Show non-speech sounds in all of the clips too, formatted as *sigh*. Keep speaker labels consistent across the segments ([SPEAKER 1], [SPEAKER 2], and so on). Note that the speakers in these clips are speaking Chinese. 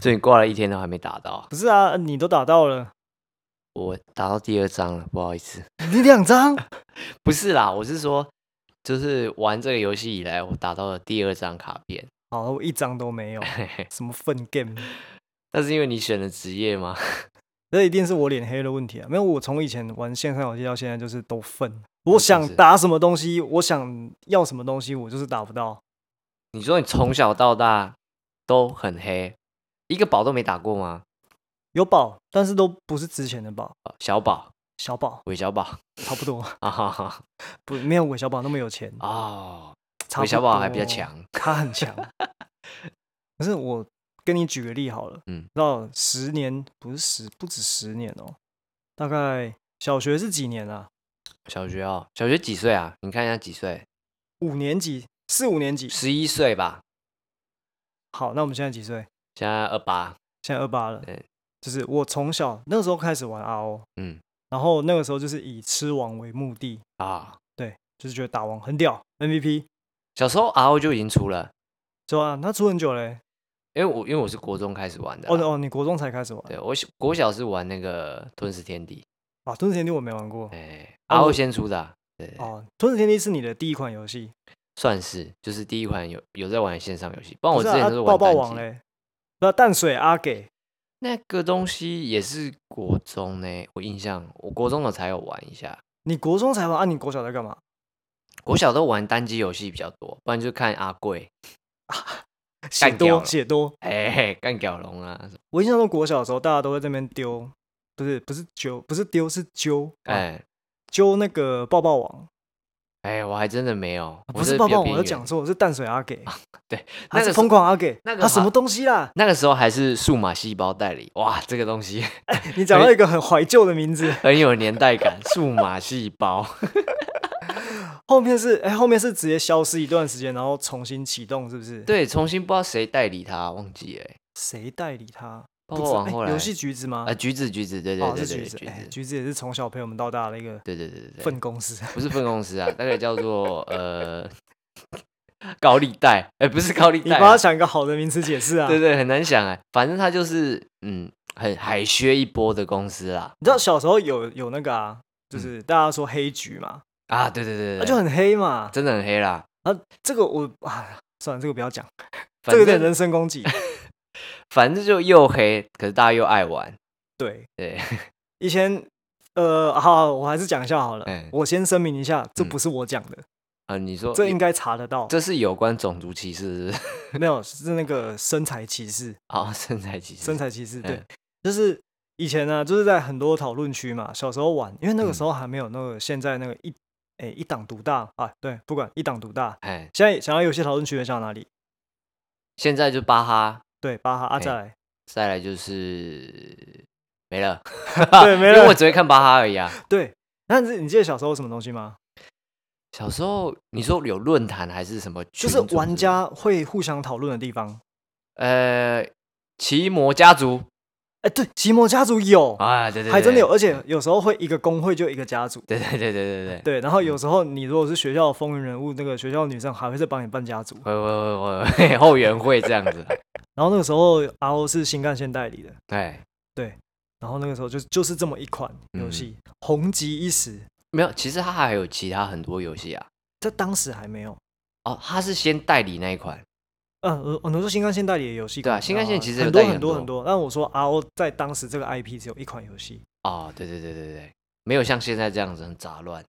[SPEAKER 1] 所以挂了一天都还没打到，
[SPEAKER 2] 不是啊，你都打
[SPEAKER 1] *laughs*
[SPEAKER 2] 到了，
[SPEAKER 1] 我打到第二张了，不好意思。
[SPEAKER 2] 你两张，
[SPEAKER 1] 不是啦，我是说，就是玩这个游戏以来，我打到了第二张卡片。
[SPEAKER 2] *laughs* 好，我一张
[SPEAKER 1] *laughs*
[SPEAKER 2] 都没有，什么粪 game，
[SPEAKER 1] 但是因为你选了职业嘛， *laughs*
[SPEAKER 2] 那一定是我脸黑的问题啊。没有，我从以前玩线上游戏到现在就是都粪，我想
[SPEAKER 1] 是
[SPEAKER 2] 打什么东西，我想要什么东西，我就是打不到。
[SPEAKER 1] 你说你从小到大都很黑，一个宝都没打过吗？
[SPEAKER 2] 有宝，但是都不是值钱的宝，
[SPEAKER 1] 呃小宝、
[SPEAKER 2] 小宝
[SPEAKER 1] 韦小宝 *laughs*
[SPEAKER 2] 差不多， *laughs*
[SPEAKER 1] 啊哈哈
[SPEAKER 2] 不没有韦小宝那么有钱，
[SPEAKER 1] 哦，
[SPEAKER 2] 哦差
[SPEAKER 1] 韦
[SPEAKER 2] 不
[SPEAKER 1] 小宝还比较
[SPEAKER 2] 多
[SPEAKER 1] 强，
[SPEAKER 2] *laughs* 他很强。可是我跟你举个例好了，
[SPEAKER 1] 嗯，
[SPEAKER 2] 到十年不是十，不止十年哦，大概小学是几年啊？
[SPEAKER 1] 小学哦，小学几岁啊？你看一下几岁？
[SPEAKER 2] 五年级，四五年级。
[SPEAKER 1] 十一岁吧，
[SPEAKER 2] 好，那我们现在几岁？
[SPEAKER 1] 现在二八，
[SPEAKER 2] 现在二八了
[SPEAKER 1] 对。
[SPEAKER 2] 就是我从小那个时候开始玩 RO，
[SPEAKER 1] 嗯
[SPEAKER 2] 然后那个时候就是以吃王为目的，
[SPEAKER 1] 啊，
[SPEAKER 2] 对，就是觉得打王很屌，MVP。
[SPEAKER 1] 小时候 RO 就已经出了，
[SPEAKER 2] 对啊，那出很久嘞、
[SPEAKER 1] 因为我因为我是国中开始玩的啦，
[SPEAKER 2] 哦哦，你国中才开始玩
[SPEAKER 1] 啊对我小国小是玩那个吞食天地，
[SPEAKER 2] 啊？吞食天地我没玩过。
[SPEAKER 1] 哎、
[SPEAKER 2] 啊我
[SPEAKER 1] RO 先出的啊、对对对
[SPEAKER 2] 哦，吞食天地是你的第一款游戏，
[SPEAKER 1] 算是就是第一款有有在玩线上游戏，不然
[SPEAKER 2] 不
[SPEAKER 1] 我之
[SPEAKER 2] 是啊
[SPEAKER 1] 前
[SPEAKER 2] 啊
[SPEAKER 1] 都是
[SPEAKER 2] 抱
[SPEAKER 1] 玩
[SPEAKER 2] 抱
[SPEAKER 1] 单
[SPEAKER 2] 网
[SPEAKER 1] 机。
[SPEAKER 2] 嘞，不是淡水阿给
[SPEAKER 1] 那个东西也是国中呢，我印象我国中的才有玩一下，
[SPEAKER 2] 你国中才玩啊？你国小在干嘛？
[SPEAKER 1] 国小都玩单机游戏比较多，不然就看阿贵，
[SPEAKER 2] 写
[SPEAKER 1] 干掉
[SPEAKER 2] 多
[SPEAKER 1] 了
[SPEAKER 2] 写多。
[SPEAKER 1] 哎、嘿干屌龙啊，
[SPEAKER 2] 我印象中国小的时候，大家都在这边丢，不是不是揪，不是丢是揪，哎、
[SPEAKER 1] 哎
[SPEAKER 2] 揪那个抱抱网，
[SPEAKER 1] 哎，我还真的没有，
[SPEAKER 2] 啊
[SPEAKER 1] 我
[SPEAKER 2] 不是
[SPEAKER 1] 比
[SPEAKER 2] 抱抱
[SPEAKER 1] 较
[SPEAKER 2] 网，
[SPEAKER 1] 边
[SPEAKER 2] 我
[SPEAKER 1] 缘
[SPEAKER 2] 讲错，是淡水阿给，
[SPEAKER 1] *laughs* 对，
[SPEAKER 2] 他
[SPEAKER 1] 那
[SPEAKER 2] 是
[SPEAKER 1] 个
[SPEAKER 2] 疯
[SPEAKER 1] 时
[SPEAKER 2] 狂阿给，
[SPEAKER 1] 那个
[SPEAKER 2] 他什
[SPEAKER 1] 好
[SPEAKER 2] 么东西
[SPEAKER 1] *laughs*
[SPEAKER 2] 啦？
[SPEAKER 1] 那个时候还是数码细胞代理，哇，这个东西 *laughs*
[SPEAKER 2] 你讲到一个很怀旧的名字，
[SPEAKER 1] 很有年代感，数码细
[SPEAKER 2] *laughs*
[SPEAKER 1] 胞。
[SPEAKER 2] 后面是哎、后面是直接消失一段时间，然后重新启动，是不是？，
[SPEAKER 1] 对，重新不知道谁代理他，忘记了欸。
[SPEAKER 2] 谁代理他？
[SPEAKER 1] 包
[SPEAKER 2] 不知
[SPEAKER 1] 括
[SPEAKER 2] 道
[SPEAKER 1] 往
[SPEAKER 2] 哎
[SPEAKER 1] 后来，
[SPEAKER 2] 游戏橘子吗？
[SPEAKER 1] 啊，橘子，橘子，对对
[SPEAKER 2] 哦，
[SPEAKER 1] 对
[SPEAKER 2] 是
[SPEAKER 1] 对，
[SPEAKER 2] 橘
[SPEAKER 1] 橘
[SPEAKER 2] 子
[SPEAKER 1] 子，，
[SPEAKER 2] 哎，橘子也是从小陪我们到大的一个
[SPEAKER 1] 对对对对对，
[SPEAKER 2] 分公司。
[SPEAKER 1] 不是分公司啊，那个叫做呃 *laughs* 高利贷，哎，不是高利
[SPEAKER 2] 你
[SPEAKER 1] 贷
[SPEAKER 2] 帮他
[SPEAKER 1] 啊，
[SPEAKER 2] 想一个好的名词解释啊！
[SPEAKER 1] *laughs* 对对，很难想哎，反正他就是嗯，很海削一波的公司啦。
[SPEAKER 2] 你知道小时候有有那个啊，就是大家说黑局嘛，
[SPEAKER 1] 啊，对对对
[SPEAKER 2] 那、
[SPEAKER 1] 嗯对，
[SPEAKER 2] 就
[SPEAKER 1] 对
[SPEAKER 2] 很黑嘛。
[SPEAKER 1] 真的很黑啦。
[SPEAKER 2] 啊，这个我啊，算了，这个不要讲，
[SPEAKER 1] 反
[SPEAKER 2] 这个有点
[SPEAKER 1] 正
[SPEAKER 2] 人身攻
[SPEAKER 1] *laughs*
[SPEAKER 2] 击。
[SPEAKER 1] 反正就又黑，可是大家又爱玩，
[SPEAKER 2] 对，
[SPEAKER 1] 对，
[SPEAKER 2] 以前呃，好好，我还是讲一下好了。
[SPEAKER 1] 哎
[SPEAKER 2] 我先声明一下，这
[SPEAKER 1] 嗯
[SPEAKER 2] 不是我讲的，
[SPEAKER 1] 啊，你说
[SPEAKER 2] 这应该查得到。
[SPEAKER 1] 这是有关种族歧视 *laughs* 是不是
[SPEAKER 2] 没有是那个身材歧视，
[SPEAKER 1] 啊，身材歧视，
[SPEAKER 2] 身材歧视，对，
[SPEAKER 1] 嗯
[SPEAKER 2] 就是。以前呢、就是在很多讨论区嘛，小时候玩，因为
[SPEAKER 1] 嗯
[SPEAKER 2] 那个时候还没有那个现在那个一，哎、一党独大啊，对，不管一党独大，
[SPEAKER 1] 哎，
[SPEAKER 2] 现在想要有些讨论区会想到哪里？
[SPEAKER 1] 现在就巴哈，
[SPEAKER 2] 对，巴哈阿啊
[SPEAKER 1] 哎
[SPEAKER 2] 再来，
[SPEAKER 1] 再来就是没了，
[SPEAKER 2] *laughs*
[SPEAKER 1] *laughs*
[SPEAKER 2] 对没了
[SPEAKER 1] 因为我只会看巴哈而已啊。
[SPEAKER 2] 对，但是你记得小时候有什么东西吗？
[SPEAKER 1] 小时候你说有论坛还是什么群
[SPEAKER 2] 就
[SPEAKER 1] 组
[SPEAKER 2] 是
[SPEAKER 1] 之类的，
[SPEAKER 2] 玩家会互相讨论的地方。
[SPEAKER 1] 呃奇魔家族
[SPEAKER 2] 哎，对，奇摩家族有，
[SPEAKER 1] 啊，对对对，
[SPEAKER 2] 还真的有，
[SPEAKER 1] 对
[SPEAKER 2] 而且有时候会一个工会就一个家族。
[SPEAKER 1] 对对对对对对，
[SPEAKER 2] 对，然后有时候你如果是学校的风云人物，那个学校的女生还会再帮你办家族。
[SPEAKER 1] 喂喂喂喂喂， *laughs* 后援会这样子，
[SPEAKER 2] 然后那个时候 RO 是新干线代理的，
[SPEAKER 1] 哎，
[SPEAKER 2] 然后那个时候就就是这么一款游戏，
[SPEAKER 1] 嗯
[SPEAKER 2] 红极一时。
[SPEAKER 1] 没有，其实它还有其他很多游戏啊。
[SPEAKER 2] 在当时还没有，
[SPEAKER 1] 哦，它是先代理那一款，
[SPEAKER 2] 嗯，呃我能说新干线代理的游戏可
[SPEAKER 1] 对啊
[SPEAKER 2] 能比较
[SPEAKER 1] 新干线其实有
[SPEAKER 2] 很多
[SPEAKER 1] 代理
[SPEAKER 2] 很多
[SPEAKER 1] 很
[SPEAKER 2] 很多，但我说 RO 在当时这个 IP 只有一款游戏，
[SPEAKER 1] 哦，对对对对对，没有像现在这样子很杂乱。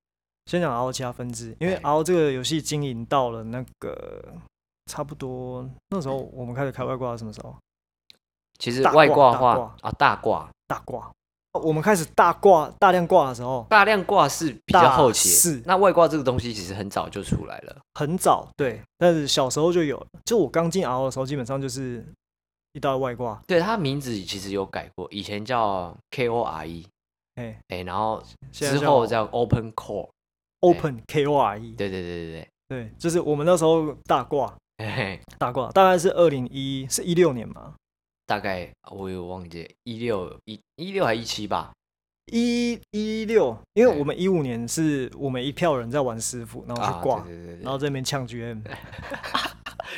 [SPEAKER 2] 先讲 RO 其他分支，因为
[SPEAKER 1] 哎
[SPEAKER 2] RO 这个游戏经营到了那个差不多那时候我们开始开外挂是什么时候？
[SPEAKER 1] 其实
[SPEAKER 2] 大
[SPEAKER 1] 外
[SPEAKER 2] 挂
[SPEAKER 1] 挂
[SPEAKER 2] 大
[SPEAKER 1] 画
[SPEAKER 2] 挂
[SPEAKER 1] 啊，大挂
[SPEAKER 2] 大挂，我们开始大挂大量挂的时候
[SPEAKER 1] 大量挂是比较
[SPEAKER 2] 大
[SPEAKER 1] 后期，
[SPEAKER 2] 四
[SPEAKER 1] 那外挂这个东西其实很早就出来了。
[SPEAKER 2] 很早，对，但是小时候就有了，就我刚进 RO 的时候，基本上就是一大堆外挂，
[SPEAKER 1] 对，它名字其实有改过，以前叫 KORE，
[SPEAKER 2] 哎，
[SPEAKER 1] 哎、然后
[SPEAKER 2] 现在
[SPEAKER 1] 之后哎叫 Open Core，
[SPEAKER 2] Open KORE，
[SPEAKER 1] 对对对对对，
[SPEAKER 2] E 对，就是我们那时候大挂
[SPEAKER 1] 嘿嘿，
[SPEAKER 2] 大挂，大概是二零一是一六年嘛，
[SPEAKER 1] *laughs* 大概我有忘记一六一一六还一七吧，
[SPEAKER 2] 一一六，因为
[SPEAKER 1] 哎
[SPEAKER 2] 我们一五年是我们一票人在玩师傅，然后去
[SPEAKER 1] 啊，
[SPEAKER 2] 哦挂。
[SPEAKER 1] 对对对
[SPEAKER 2] 然后这边呛 GM，
[SPEAKER 1] 对，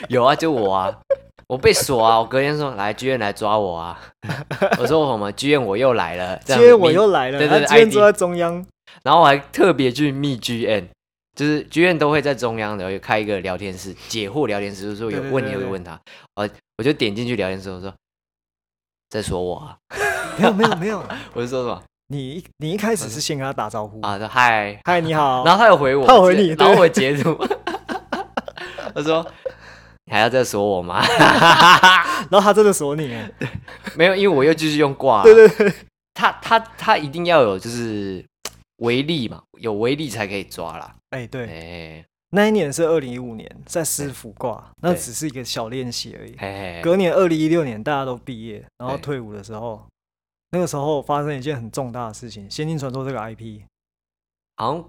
[SPEAKER 1] 有啊，就我啊， *laughs* 我被锁啊！我隔天说来剧院来抓我啊！ *laughs* 我说我们剧院我又来了， *laughs* 这样
[SPEAKER 2] 今天我
[SPEAKER 1] 明
[SPEAKER 2] 又来了，
[SPEAKER 1] 对
[SPEAKER 2] 他
[SPEAKER 1] 对
[SPEAKER 2] 今天
[SPEAKER 1] 对
[SPEAKER 2] 坐在中央，
[SPEAKER 1] 然后我还特别去密 GN，就是 GN 都会在中央的有开一个聊天室，解惑聊天室，就是说有
[SPEAKER 2] 对对
[SPEAKER 1] 问
[SPEAKER 2] 对
[SPEAKER 1] 题
[SPEAKER 2] 对
[SPEAKER 1] 会问他，我我就点进去聊天室，我说在说我啊，
[SPEAKER 2] 没有没有没有，
[SPEAKER 1] 我就说什么
[SPEAKER 2] 你一你一开
[SPEAKER 1] *laughs*
[SPEAKER 2] 始是先跟他打招呼，
[SPEAKER 1] 啊，他说嗨，
[SPEAKER 2] 嗨你好，
[SPEAKER 1] *laughs* 然后他有回我，
[SPEAKER 2] 嗯他有回你
[SPEAKER 1] 然后
[SPEAKER 2] 对
[SPEAKER 1] 我截 *laughs* 图，他说你还要再说我吗？ *laughs*
[SPEAKER 2] 然后他真的锁你 *laughs* 耶，
[SPEAKER 1] 没有，因为我又继续用挂、
[SPEAKER 2] 对对对，
[SPEAKER 1] 他他他一定要有就是威力嘛，有威力才可以抓啦，
[SPEAKER 2] 哎对
[SPEAKER 1] 哎、，哎
[SPEAKER 2] 那一年是二零一五年，在师傅挂，那
[SPEAKER 1] 对
[SPEAKER 2] 只是一个小练习而已。
[SPEAKER 1] 哎，
[SPEAKER 2] 隔年二零一六年大家都毕业，然后
[SPEAKER 1] 对
[SPEAKER 2] 退伍的时候，那个时候发生一件很重大的事情，《仙境传说》这个 IP
[SPEAKER 1] 好像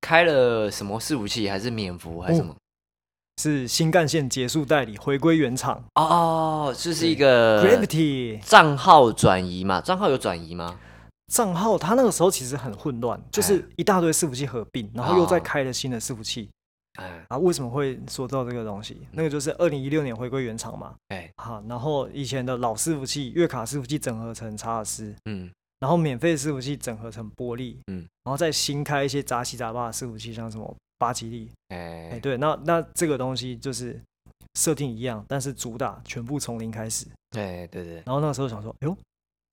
[SPEAKER 1] 开了什么伺服器，还是免服，还是什么？
[SPEAKER 2] 是新干线结束代理，回归原厂。
[SPEAKER 1] 哦，这是一个
[SPEAKER 2] Gravity
[SPEAKER 1] 账号转移嘛？账号有转移吗？
[SPEAKER 2] 账号，它那个时候其实很混乱，就是一大堆伺服器合并，然后又再
[SPEAKER 1] 哎哦
[SPEAKER 2] 开了新的伺服器。
[SPEAKER 1] 哎
[SPEAKER 2] 啊，为什么会说到这个东
[SPEAKER 1] 嗯
[SPEAKER 2] 西？那个就是二零一六年回归原厂嘛。
[SPEAKER 1] 哎，
[SPEAKER 2] 啊，然后以前的老伺服器、月卡伺服器整合成查尔斯，
[SPEAKER 1] 嗯
[SPEAKER 2] 然后免费伺服器整合成玻璃，
[SPEAKER 1] 嗯，
[SPEAKER 2] 然后再新开一些杂七杂八的伺服器，像什么巴吉利，哎、
[SPEAKER 1] 哎，
[SPEAKER 2] 对，那那这个东西就是设定一样，但是主打全部从零开始。
[SPEAKER 1] 哎对对
[SPEAKER 2] 然后那时候想说，哎呦，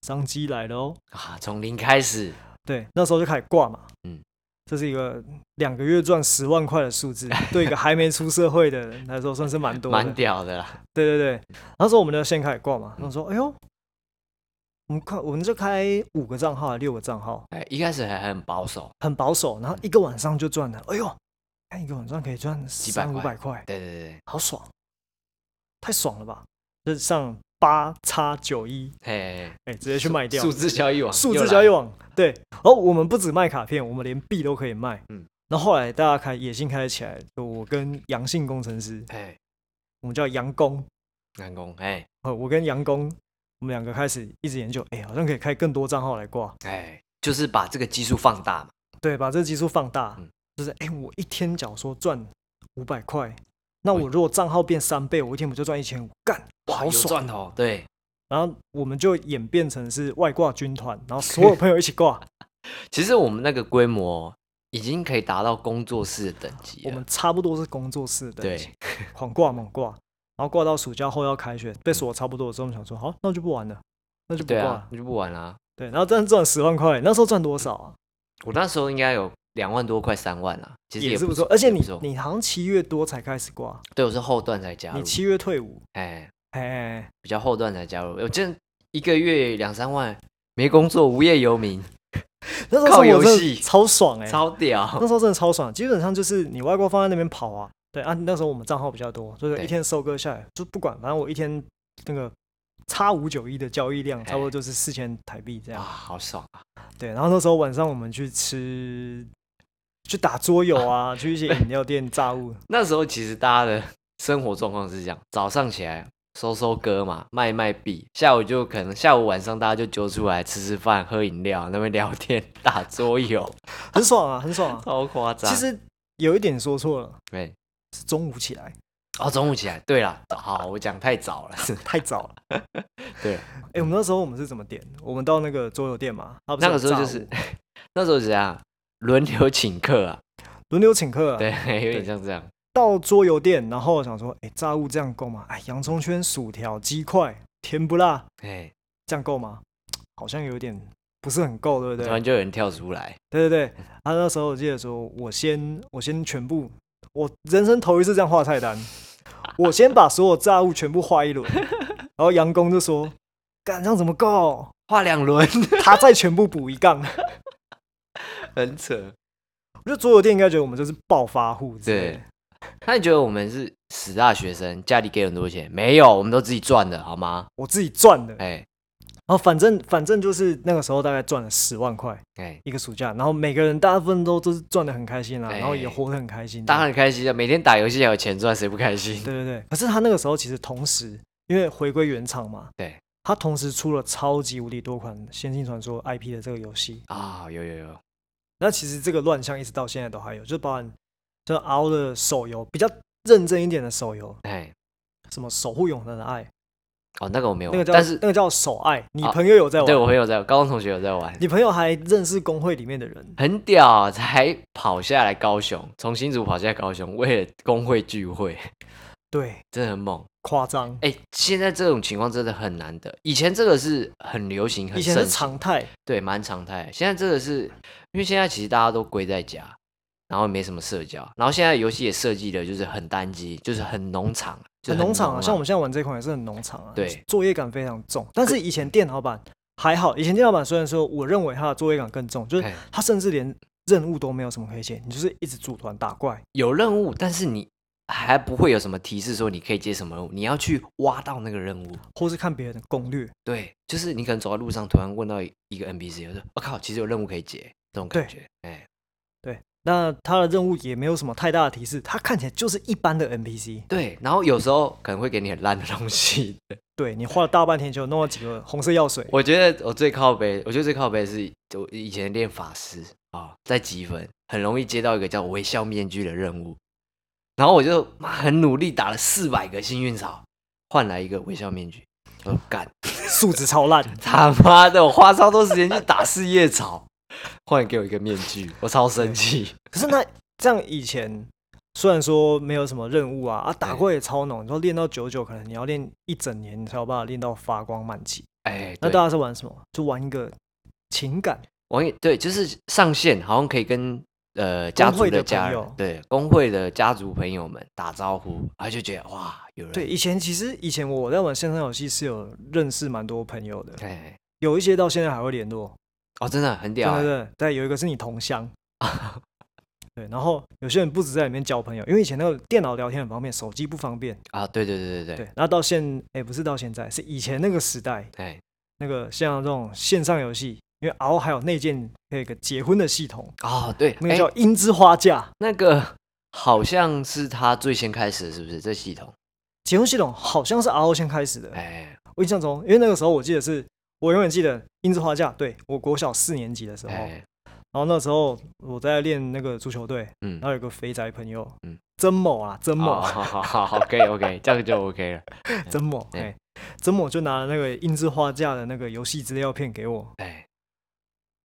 [SPEAKER 2] 商机来了哦，
[SPEAKER 1] 啊，从零开始，
[SPEAKER 2] 对，那时候就开始挂嘛，
[SPEAKER 1] 嗯，
[SPEAKER 2] 这是一个两个月赚十万块的数字，对一个还没出社会的人来说算是蛮多
[SPEAKER 1] *laughs*
[SPEAKER 2] 的，
[SPEAKER 1] 蛮屌的啦。
[SPEAKER 2] 对对对，那时候我们就先开始挂嘛，他说，
[SPEAKER 1] 嗯
[SPEAKER 2] 哎呦。我们看，我们就开五个账号，六个账号，
[SPEAKER 1] 哎，一开始还很保守，
[SPEAKER 2] 很保守，然后一个晚上就赚了，哎呦，看一个晚上可以赚几
[SPEAKER 1] 百
[SPEAKER 2] 五
[SPEAKER 1] 块
[SPEAKER 2] 百块，
[SPEAKER 1] 对对对
[SPEAKER 2] 好爽，太爽了吧！就上八叉九一，
[SPEAKER 1] 对，哎，
[SPEAKER 2] 哎，直接去卖掉
[SPEAKER 1] 数字交易网，
[SPEAKER 2] 数
[SPEAKER 1] 又
[SPEAKER 2] 字
[SPEAKER 1] 来
[SPEAKER 2] 交易，网。对，哦，我们不止卖卡片，我们连币都可以卖。嗯
[SPEAKER 1] 嗯，
[SPEAKER 2] 那后来大家开野心开起来，就我跟杨姓工程师，
[SPEAKER 1] 哎，
[SPEAKER 2] 我们叫杨工，
[SPEAKER 1] 南宫，哎
[SPEAKER 2] 哦，我跟杨工，我们两个开始一直研究，哎，好像可以开更多账号来挂，
[SPEAKER 1] 哎，就是把这个基数放大嘛。
[SPEAKER 2] 对，把这个基数放大，
[SPEAKER 1] 嗯
[SPEAKER 2] 就是哎，我一天假如说赚五百块。那
[SPEAKER 1] 喂
[SPEAKER 2] 我如果账号变三倍，我一天不就赚一千五？干，
[SPEAKER 1] 哇，
[SPEAKER 2] 好
[SPEAKER 1] 有
[SPEAKER 2] 爽
[SPEAKER 1] 赚！头，对，
[SPEAKER 2] 然后我们就演变成是外挂军团，然后所有朋友一起
[SPEAKER 1] *laughs*
[SPEAKER 2] 挂，
[SPEAKER 1] 其实我们那个规模已经可以达到工作室的等级
[SPEAKER 2] 我
[SPEAKER 1] 了
[SPEAKER 2] 们。差不多是工作室的等级
[SPEAKER 1] 对，
[SPEAKER 2] 狂挂猛挂，然后挂到暑假后要开学，被锁差不多的时候，我们想说好，那就不玩了，那就
[SPEAKER 1] 嗯
[SPEAKER 2] 不
[SPEAKER 1] 对
[SPEAKER 2] 挂
[SPEAKER 1] 啊
[SPEAKER 2] 了，。
[SPEAKER 1] 那就不玩啦、
[SPEAKER 2] 对，然后这样赚十万块，那时候赚多少啊？
[SPEAKER 1] 我那时候应该有两万多，快三万啦，其实
[SPEAKER 2] 也是
[SPEAKER 1] 不
[SPEAKER 2] 不错，而且
[SPEAKER 1] 也不
[SPEAKER 2] 你
[SPEAKER 1] 错
[SPEAKER 2] 你好像七月多才开始挂，
[SPEAKER 1] 对我是后段才加入
[SPEAKER 2] 你，七月退伍，
[SPEAKER 1] 哎，
[SPEAKER 2] 哎，
[SPEAKER 1] 比较后段才加入，我真的一个月两三万，没工作，无业游民，
[SPEAKER 2] 那时候
[SPEAKER 1] 靠
[SPEAKER 2] 生活
[SPEAKER 1] 游
[SPEAKER 2] 真的
[SPEAKER 1] 戏
[SPEAKER 2] 超爽哎、
[SPEAKER 1] 超屌
[SPEAKER 2] 那。时候真的超爽，基本上就是你外挂放在那边跑啊，对啊，那时候我们账号比较多，就是
[SPEAKER 1] 对
[SPEAKER 2] 一天收割下来就不管，反正我一天那个。叉五九一的交易量差
[SPEAKER 1] 哎
[SPEAKER 2] 不多就是四千台币这
[SPEAKER 1] 啊，
[SPEAKER 2] 样，
[SPEAKER 1] 好爽啊！
[SPEAKER 2] 对，然后那时候晚上我们去吃，去打桌游
[SPEAKER 1] *laughs*
[SPEAKER 2] 啊，去一些饮料店炸物。
[SPEAKER 1] 那时候其实大家的生活状况是这样：早上起来收收歌嘛，卖卖币；下午就可能下午晚上大家就揪出来吃吃饭、喝饮料，那边聊天、打桌游，
[SPEAKER 2] 很爽啊，很爽
[SPEAKER 1] *laughs*
[SPEAKER 2] 啊。
[SPEAKER 1] 超夸张。
[SPEAKER 2] 其实有一点说错了，
[SPEAKER 1] 对，
[SPEAKER 2] 是中午起来
[SPEAKER 1] 哦，中午起来，对啦，好，我讲太早了，
[SPEAKER 2] 太早了。
[SPEAKER 1] *laughs* 对。
[SPEAKER 2] 哎、我们那时候我们是怎么点？我们到那个桌游店嘛，它不是
[SPEAKER 1] 那个
[SPEAKER 2] 有
[SPEAKER 1] 时候就
[SPEAKER 2] 炸
[SPEAKER 1] 是
[SPEAKER 2] 物
[SPEAKER 1] *laughs* 那时候怎样轮流请客
[SPEAKER 2] *laughs*
[SPEAKER 1] 啊？
[SPEAKER 2] 轮流请客、啊，
[SPEAKER 1] 对， *laughs* 有点像这样。
[SPEAKER 2] 到桌游店，然后想说，哎、炸物这样够吗？哎，洋葱圈、薯条、鸡块，甜不辣，
[SPEAKER 1] 哎，
[SPEAKER 2] 这样够吗？好像有点不是很够，对不
[SPEAKER 1] 突
[SPEAKER 2] 对
[SPEAKER 1] 然？就有人跳出来，
[SPEAKER 2] 对对对，啊，那时候我记得说，我先我先全部，我人生头一次这样画菜单，我先把所有炸物全部
[SPEAKER 1] *laughs*
[SPEAKER 2] 画一轮，然后杨工就说：“干，这样怎么够
[SPEAKER 1] 画两
[SPEAKER 2] *laughs*
[SPEAKER 1] 轮，？”
[SPEAKER 2] 他再全部补一杠。
[SPEAKER 1] 很扯。
[SPEAKER 2] 我觉得桌游店应该觉得我们就是暴发户之类的，
[SPEAKER 1] 那你觉得我们是死大学生，家里给很多钱？没有，我们都自己赚的，好吗？
[SPEAKER 2] 我自己赚的。然
[SPEAKER 1] 哎
[SPEAKER 2] 后反正反正就是那个时候大概赚了十万块
[SPEAKER 1] 哎，
[SPEAKER 2] 一个暑假，然后每个人大部分都都是赚的很开心啦，
[SPEAKER 1] 哎
[SPEAKER 2] 然后也活得很开心。
[SPEAKER 1] 大家很开心啊，每天打游戏还有钱赚，谁不开心？
[SPEAKER 2] 嗯对对对，可是他那个时候其实同时，因为回归原厂嘛，
[SPEAKER 1] 对，
[SPEAKER 2] 他同时出了超级无敌多款《仙境传说》IP 的这个游戏。
[SPEAKER 1] 啊、有有有，
[SPEAKER 2] 那其实这个乱象一直到现在都还有，就包含就 RO 的手游比较认真一点的手游，
[SPEAKER 1] 哎，
[SPEAKER 2] 什什么守护永恒的爱，
[SPEAKER 1] 哦，那个我没有
[SPEAKER 2] 那个
[SPEAKER 1] 玩，
[SPEAKER 2] 叫
[SPEAKER 1] 但是
[SPEAKER 2] 那个叫手爱。你
[SPEAKER 1] 啊
[SPEAKER 2] 朋友有在玩？
[SPEAKER 1] 对我朋友在，高中同学有在
[SPEAKER 2] *laughs*
[SPEAKER 1] 玩，
[SPEAKER 2] 你朋友还认识工会里面的人，
[SPEAKER 1] 很屌，啊才跑下来高雄，从新竹跑下来高雄，为了工会聚会，
[SPEAKER 2] 对，
[SPEAKER 1] 真的很猛。
[SPEAKER 2] 夸张。
[SPEAKER 1] 哎、现在这种情况真的很难得，以前这个是很流行，很
[SPEAKER 2] 以前
[SPEAKER 1] 盛
[SPEAKER 2] 是
[SPEAKER 1] 行，
[SPEAKER 2] 常态，
[SPEAKER 1] 对，蛮常态。现在这个是因为现在其实大家都归在家，然后没什么社交，然后现在游戏也设计的就是很单机，就是很农场，就是
[SPEAKER 2] 很农场啊，像我
[SPEAKER 1] 们
[SPEAKER 2] 们现在玩这款也是很农场啊，
[SPEAKER 1] 对，
[SPEAKER 2] 作业感非常重。但是以前电脑版还好，以前电脑版虽然说我认为它的作业感更重，就是
[SPEAKER 1] 嘿
[SPEAKER 2] 它甚至连任务都没有什么可以写，你就是一直组团打怪，
[SPEAKER 1] 有任务，但是你还不会有什么提示说你可以接什么任务，你要去挖到那个任务。
[SPEAKER 2] 或是看别人的攻略，
[SPEAKER 1] 对，就是你可能走在路上，突然问到一一个 NPC，我说我、靠，其实有任务可以解，这种感
[SPEAKER 2] 对
[SPEAKER 1] 觉。哎，
[SPEAKER 2] 对，那它的任务也没有什么太大的提示，它看起来就是一般的 NPC，
[SPEAKER 1] 对，然后有时候可能会给你很烂的东西。
[SPEAKER 2] 对你花了大半天就弄了几个红色药水，
[SPEAKER 1] 我觉得我最靠背，我觉得最靠背是我以前练法师啊、在积分很容易接到一个叫微笑面具的任务，然后我就妈很努力打了四百个幸运草，换来一个微笑面具。我说干
[SPEAKER 2] 素质超烂，
[SPEAKER 1] 他妈的，我花超多时间去打四叶草，换给我一个面具，我超生
[SPEAKER 2] *laughs*
[SPEAKER 1] 气。
[SPEAKER 2] 可是那这样以前虽然说没有什么任务啊，啊打
[SPEAKER 1] 对
[SPEAKER 2] 怪也超浓，你说练到九九，可能你要练一整年，你才有办法练到发光满级。
[SPEAKER 1] 哎，
[SPEAKER 2] 那
[SPEAKER 1] 对
[SPEAKER 2] 大家是玩什么？就玩一个情感，
[SPEAKER 1] 网友对，就是上线好像可以跟呃家
[SPEAKER 2] 工
[SPEAKER 1] 族
[SPEAKER 2] 会的
[SPEAKER 1] 的家
[SPEAKER 2] 朋
[SPEAKER 1] 人
[SPEAKER 2] 友，
[SPEAKER 1] 对工会的家族朋友们打招呼，然后就觉得哇，有人
[SPEAKER 2] 对，以前其实以前我在玩线上游戏是有认识蛮多朋友的，
[SPEAKER 1] 哎，
[SPEAKER 2] 有一些到现在还会联络，
[SPEAKER 1] 哦，真的很
[SPEAKER 2] 对
[SPEAKER 1] 屌
[SPEAKER 2] 对
[SPEAKER 1] 欸，
[SPEAKER 2] 对，对，有一个是你
[SPEAKER 1] *laughs*
[SPEAKER 2] 同乡，对，然后有些人不止在里面交朋友，因为以前那个电脑聊天很方便，手机不方便，
[SPEAKER 1] 啊，对对对对
[SPEAKER 2] 对
[SPEAKER 1] 对，，
[SPEAKER 2] 然后到现哎不是到现在，是以前那个时代，
[SPEAKER 1] 哎，
[SPEAKER 2] 那个像这种线上游戏，因为 RO 还有内建那个结婚的系统，
[SPEAKER 1] 哦对，
[SPEAKER 2] 那个
[SPEAKER 1] 哎
[SPEAKER 2] 叫樱之花嫁。
[SPEAKER 1] 那个好像是他最先开始的，是不是？这系统，
[SPEAKER 2] 结婚系统好像是 RO 先开始的，
[SPEAKER 1] 哎
[SPEAKER 2] 我印象中，因为那个时候我记得是，我永远记得樱之花架，对我国小四年级的时候，然
[SPEAKER 1] 哎，
[SPEAKER 2] 后那时候我在练那个足球队，
[SPEAKER 1] 嗯
[SPEAKER 2] 然，后有个肥宅朋友，
[SPEAKER 1] 嗯哦
[SPEAKER 2] 曾某啊，曾
[SPEAKER 1] 好
[SPEAKER 2] 某，
[SPEAKER 1] 好好好好，OK
[SPEAKER 2] *laughs*
[SPEAKER 1] OK，这样就 OK 了，
[SPEAKER 2] 曾某，
[SPEAKER 1] 对
[SPEAKER 2] 哎，曾某就拿了那个樱之花架的那个游戏资料片给我，
[SPEAKER 1] 哎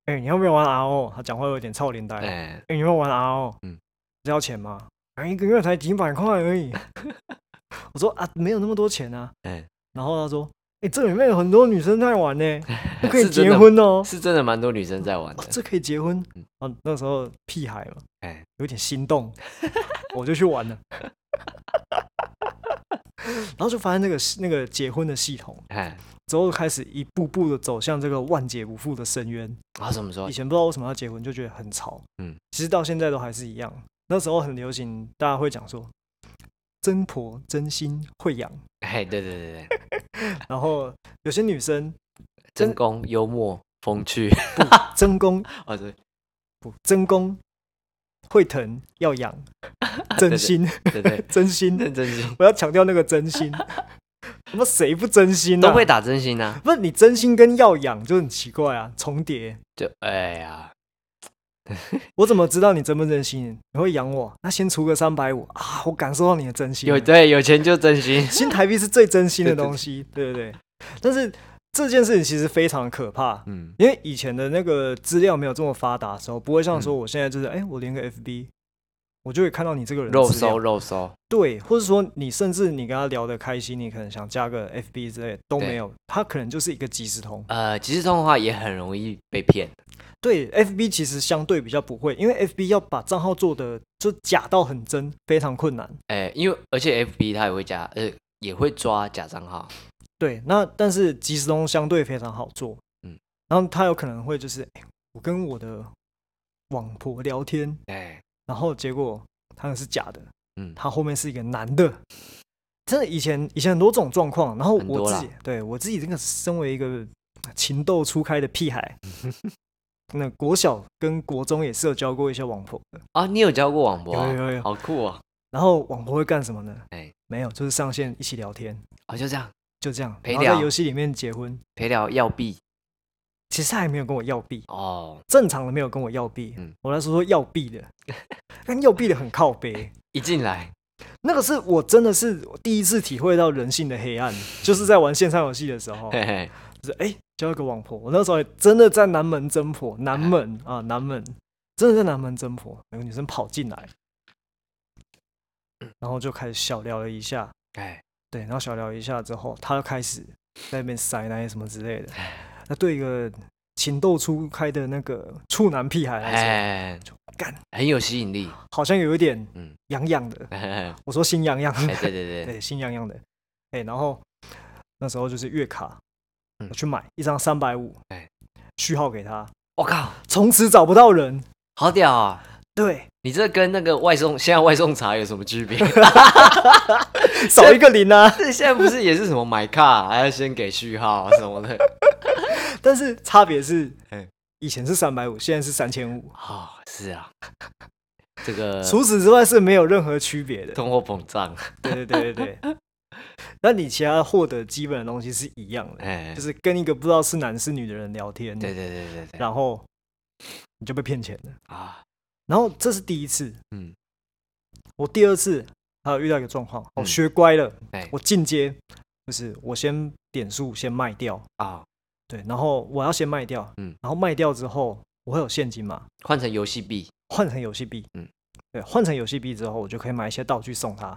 [SPEAKER 2] 哎，你要不要玩 RO？他讲话有点操脸呆，哎，
[SPEAKER 1] 哎，
[SPEAKER 2] 你要不要玩 RO？
[SPEAKER 1] 嗯
[SPEAKER 2] 哦要钱吗？哎，一个月才几百块
[SPEAKER 1] *laughs*
[SPEAKER 2] 而已。我说啊，没有那么多钱啊。
[SPEAKER 1] 哎
[SPEAKER 2] 然后他说，哎，这里面有很多女生在玩
[SPEAKER 1] *laughs*
[SPEAKER 2] 呢，都可以
[SPEAKER 1] 是真
[SPEAKER 2] 结
[SPEAKER 1] 的
[SPEAKER 2] 婚哦。
[SPEAKER 1] 是真的蛮多女生在玩
[SPEAKER 2] 哦
[SPEAKER 1] 的，，
[SPEAKER 2] 这可以结婚
[SPEAKER 1] 嗯
[SPEAKER 2] 啊！那时候屁孩嘛，
[SPEAKER 1] 哎，
[SPEAKER 2] 有点心动，我就去玩了， *laughs* 然后就发现那个系那个结婚的系统
[SPEAKER 1] 哎，
[SPEAKER 2] 之后，开始一步步的走向这个万劫不复的深渊。
[SPEAKER 1] 啊，怎么说
[SPEAKER 2] 以？前不知道为什么要结婚，就觉得很吵，
[SPEAKER 1] 嗯，
[SPEAKER 2] 其实到现在都还是一样。那时候很流行，大家会讲说真婆真心会养，
[SPEAKER 1] 哎，对对对对。
[SPEAKER 2] *laughs* 然后有些女生
[SPEAKER 1] 真功幽默风趣
[SPEAKER 2] 真公
[SPEAKER 1] 啊，对
[SPEAKER 2] 不真公会疼要
[SPEAKER 1] *laughs*
[SPEAKER 2] 养，真
[SPEAKER 1] 对
[SPEAKER 2] 心
[SPEAKER 1] 对
[SPEAKER 2] *laughs*
[SPEAKER 1] 对，
[SPEAKER 2] 真心
[SPEAKER 1] 认真心
[SPEAKER 2] 我要强调那个
[SPEAKER 1] *laughs*
[SPEAKER 2] 真心，他妈谁不真心呢、
[SPEAKER 1] 都会，打真心啊，
[SPEAKER 2] 不是你真心跟要养就很奇怪啊，重叠。
[SPEAKER 1] 就哎呀，
[SPEAKER 2] 我怎么知道你真不真心？你会养我，那先出个三百五啊，我感受到你的真心了。，
[SPEAKER 1] 有对有钱就真心
[SPEAKER 2] *laughs* 新台币是最真心的
[SPEAKER 1] 对对
[SPEAKER 2] 东西，对对对。但是这件事情其实非常可怕。
[SPEAKER 1] 嗯，
[SPEAKER 2] 因为以前的那个资料没有这么发达的时候，不会像
[SPEAKER 1] 嗯
[SPEAKER 2] 说我现在就是，哎、我连个 FB，我就会看到你这个人的
[SPEAKER 1] 肉
[SPEAKER 2] 资料
[SPEAKER 1] 搜肉搜，
[SPEAKER 2] 对，或者说你甚至你跟他聊得开心，你可能想加个 FB 之类的都没
[SPEAKER 1] 对
[SPEAKER 2] 有，他可能就是一个即时通。
[SPEAKER 1] 呃，即时通的话也很容易被骗，
[SPEAKER 2] 对，FB 其实相对比较不会，因为 FB 要把账号做的就假到很真，非常困难。
[SPEAKER 1] 哎，因为而且 FB 它也会加，呃，也会抓假账号，
[SPEAKER 2] 对，那但是即时通相对非常好做，嗯
[SPEAKER 1] 嗯，
[SPEAKER 2] 然后他有可能会就是，哎我跟我的网婆聊天，
[SPEAKER 1] 哎，
[SPEAKER 2] 然后结果他那是假的，
[SPEAKER 1] 嗯，
[SPEAKER 2] 他后面是一个男的。真的，以前以前很多这种状况，然后
[SPEAKER 1] 很
[SPEAKER 2] 我
[SPEAKER 1] 多
[SPEAKER 2] 自
[SPEAKER 1] 啦
[SPEAKER 2] 己对我自己这个身为一个情窦初开的
[SPEAKER 1] *laughs*
[SPEAKER 2] 屁孩，那国小跟国中也是有交过一些网婆的，
[SPEAKER 1] 啊，你有教过网博啊
[SPEAKER 2] 有有有，
[SPEAKER 1] 好酷哦，
[SPEAKER 2] 然后网婆会干什么呢？
[SPEAKER 1] 哎
[SPEAKER 2] 没有，就是上线一起聊天，
[SPEAKER 1] 哦，就这样
[SPEAKER 2] 就这样，
[SPEAKER 1] 陪
[SPEAKER 2] 然后在
[SPEAKER 1] 聊
[SPEAKER 2] 游戏里面结婚。
[SPEAKER 1] 陪聊要币
[SPEAKER 2] 其实他还没有跟我要币，
[SPEAKER 1] 哦，
[SPEAKER 2] 正常的没有跟我要币。
[SPEAKER 1] 嗯
[SPEAKER 2] *laughs* 我来说说要币的，但要币的很靠背。
[SPEAKER 1] 一进来
[SPEAKER 2] 那个是我真的是第一次体会到人性的黑
[SPEAKER 1] *laughs*
[SPEAKER 2] 暗，就是在玩线上游戏的时候，
[SPEAKER 1] 嘿嘿，
[SPEAKER 2] 就是哎、交一个网婆，我那时候还真的在南门侦破，南门啊南门，真的在南门侦破，有个女生跑进来，
[SPEAKER 1] 嗯
[SPEAKER 2] 然后就开始小聊了一下，
[SPEAKER 1] 哎，
[SPEAKER 2] 对，然后小聊一下之后，他就开始在那边塞奶什么之类的。那对一个情窦初开的那个处男屁孩来说，
[SPEAKER 1] 哎，哦
[SPEAKER 2] 干
[SPEAKER 1] 很有吸引力，
[SPEAKER 2] 好像有一点
[SPEAKER 1] 嗯
[SPEAKER 2] 痒痒的。
[SPEAKER 1] 嘿嘿
[SPEAKER 2] 我说心痒痒 *laughs*
[SPEAKER 1] 哎，
[SPEAKER 2] 的，
[SPEAKER 1] 对对对，
[SPEAKER 2] 对，心痒痒的。哎，然后那时候就是月卡，
[SPEAKER 1] 嗯
[SPEAKER 2] 我去买一张三百五
[SPEAKER 1] 哎，
[SPEAKER 2] 序号给他，
[SPEAKER 1] 我靠，
[SPEAKER 2] 从此找不到人。
[SPEAKER 1] 好屌啊！
[SPEAKER 2] 对， *laughs*
[SPEAKER 1] 你这跟那个外送现在外送茶有什么区 *laughs* 别？
[SPEAKER 2] 少一个
[SPEAKER 1] *laughs*
[SPEAKER 2] 零啊。
[SPEAKER 1] 这现在不是也是什么买卡还要先给序号啊什么的？
[SPEAKER 2] 但是差别是
[SPEAKER 1] 哎，
[SPEAKER 2] 以前是三百五，现在是三千五。
[SPEAKER 1] 哦，是啊，这个
[SPEAKER 2] 除此之外是没有任何区别的。
[SPEAKER 1] 通货膨胀，
[SPEAKER 2] 对对对对
[SPEAKER 1] *laughs*
[SPEAKER 2] 对。那你其他获得基本的东西是一样的，
[SPEAKER 1] 哎，
[SPEAKER 2] 就是跟一个不知道是男是女的人聊天，
[SPEAKER 1] 对对对对对
[SPEAKER 2] 然后你就被骗钱了。
[SPEAKER 1] 啊，
[SPEAKER 2] 然后这是第一次，
[SPEAKER 1] 嗯，
[SPEAKER 2] 我第二次还有遇到一个状况，我、
[SPEAKER 1] 嗯
[SPEAKER 2] 学乖了，
[SPEAKER 1] 哎
[SPEAKER 2] 我进阶就是我先点数先卖掉，
[SPEAKER 1] 啊，
[SPEAKER 2] 对，然后我要先卖掉，
[SPEAKER 1] 嗯
[SPEAKER 2] 然后卖掉之后我会有现金嘛，
[SPEAKER 1] 换成游戏币
[SPEAKER 2] 换成游戏币，
[SPEAKER 1] 嗯，
[SPEAKER 2] 对，换成游戏币之后，我就可以买一些道具送他，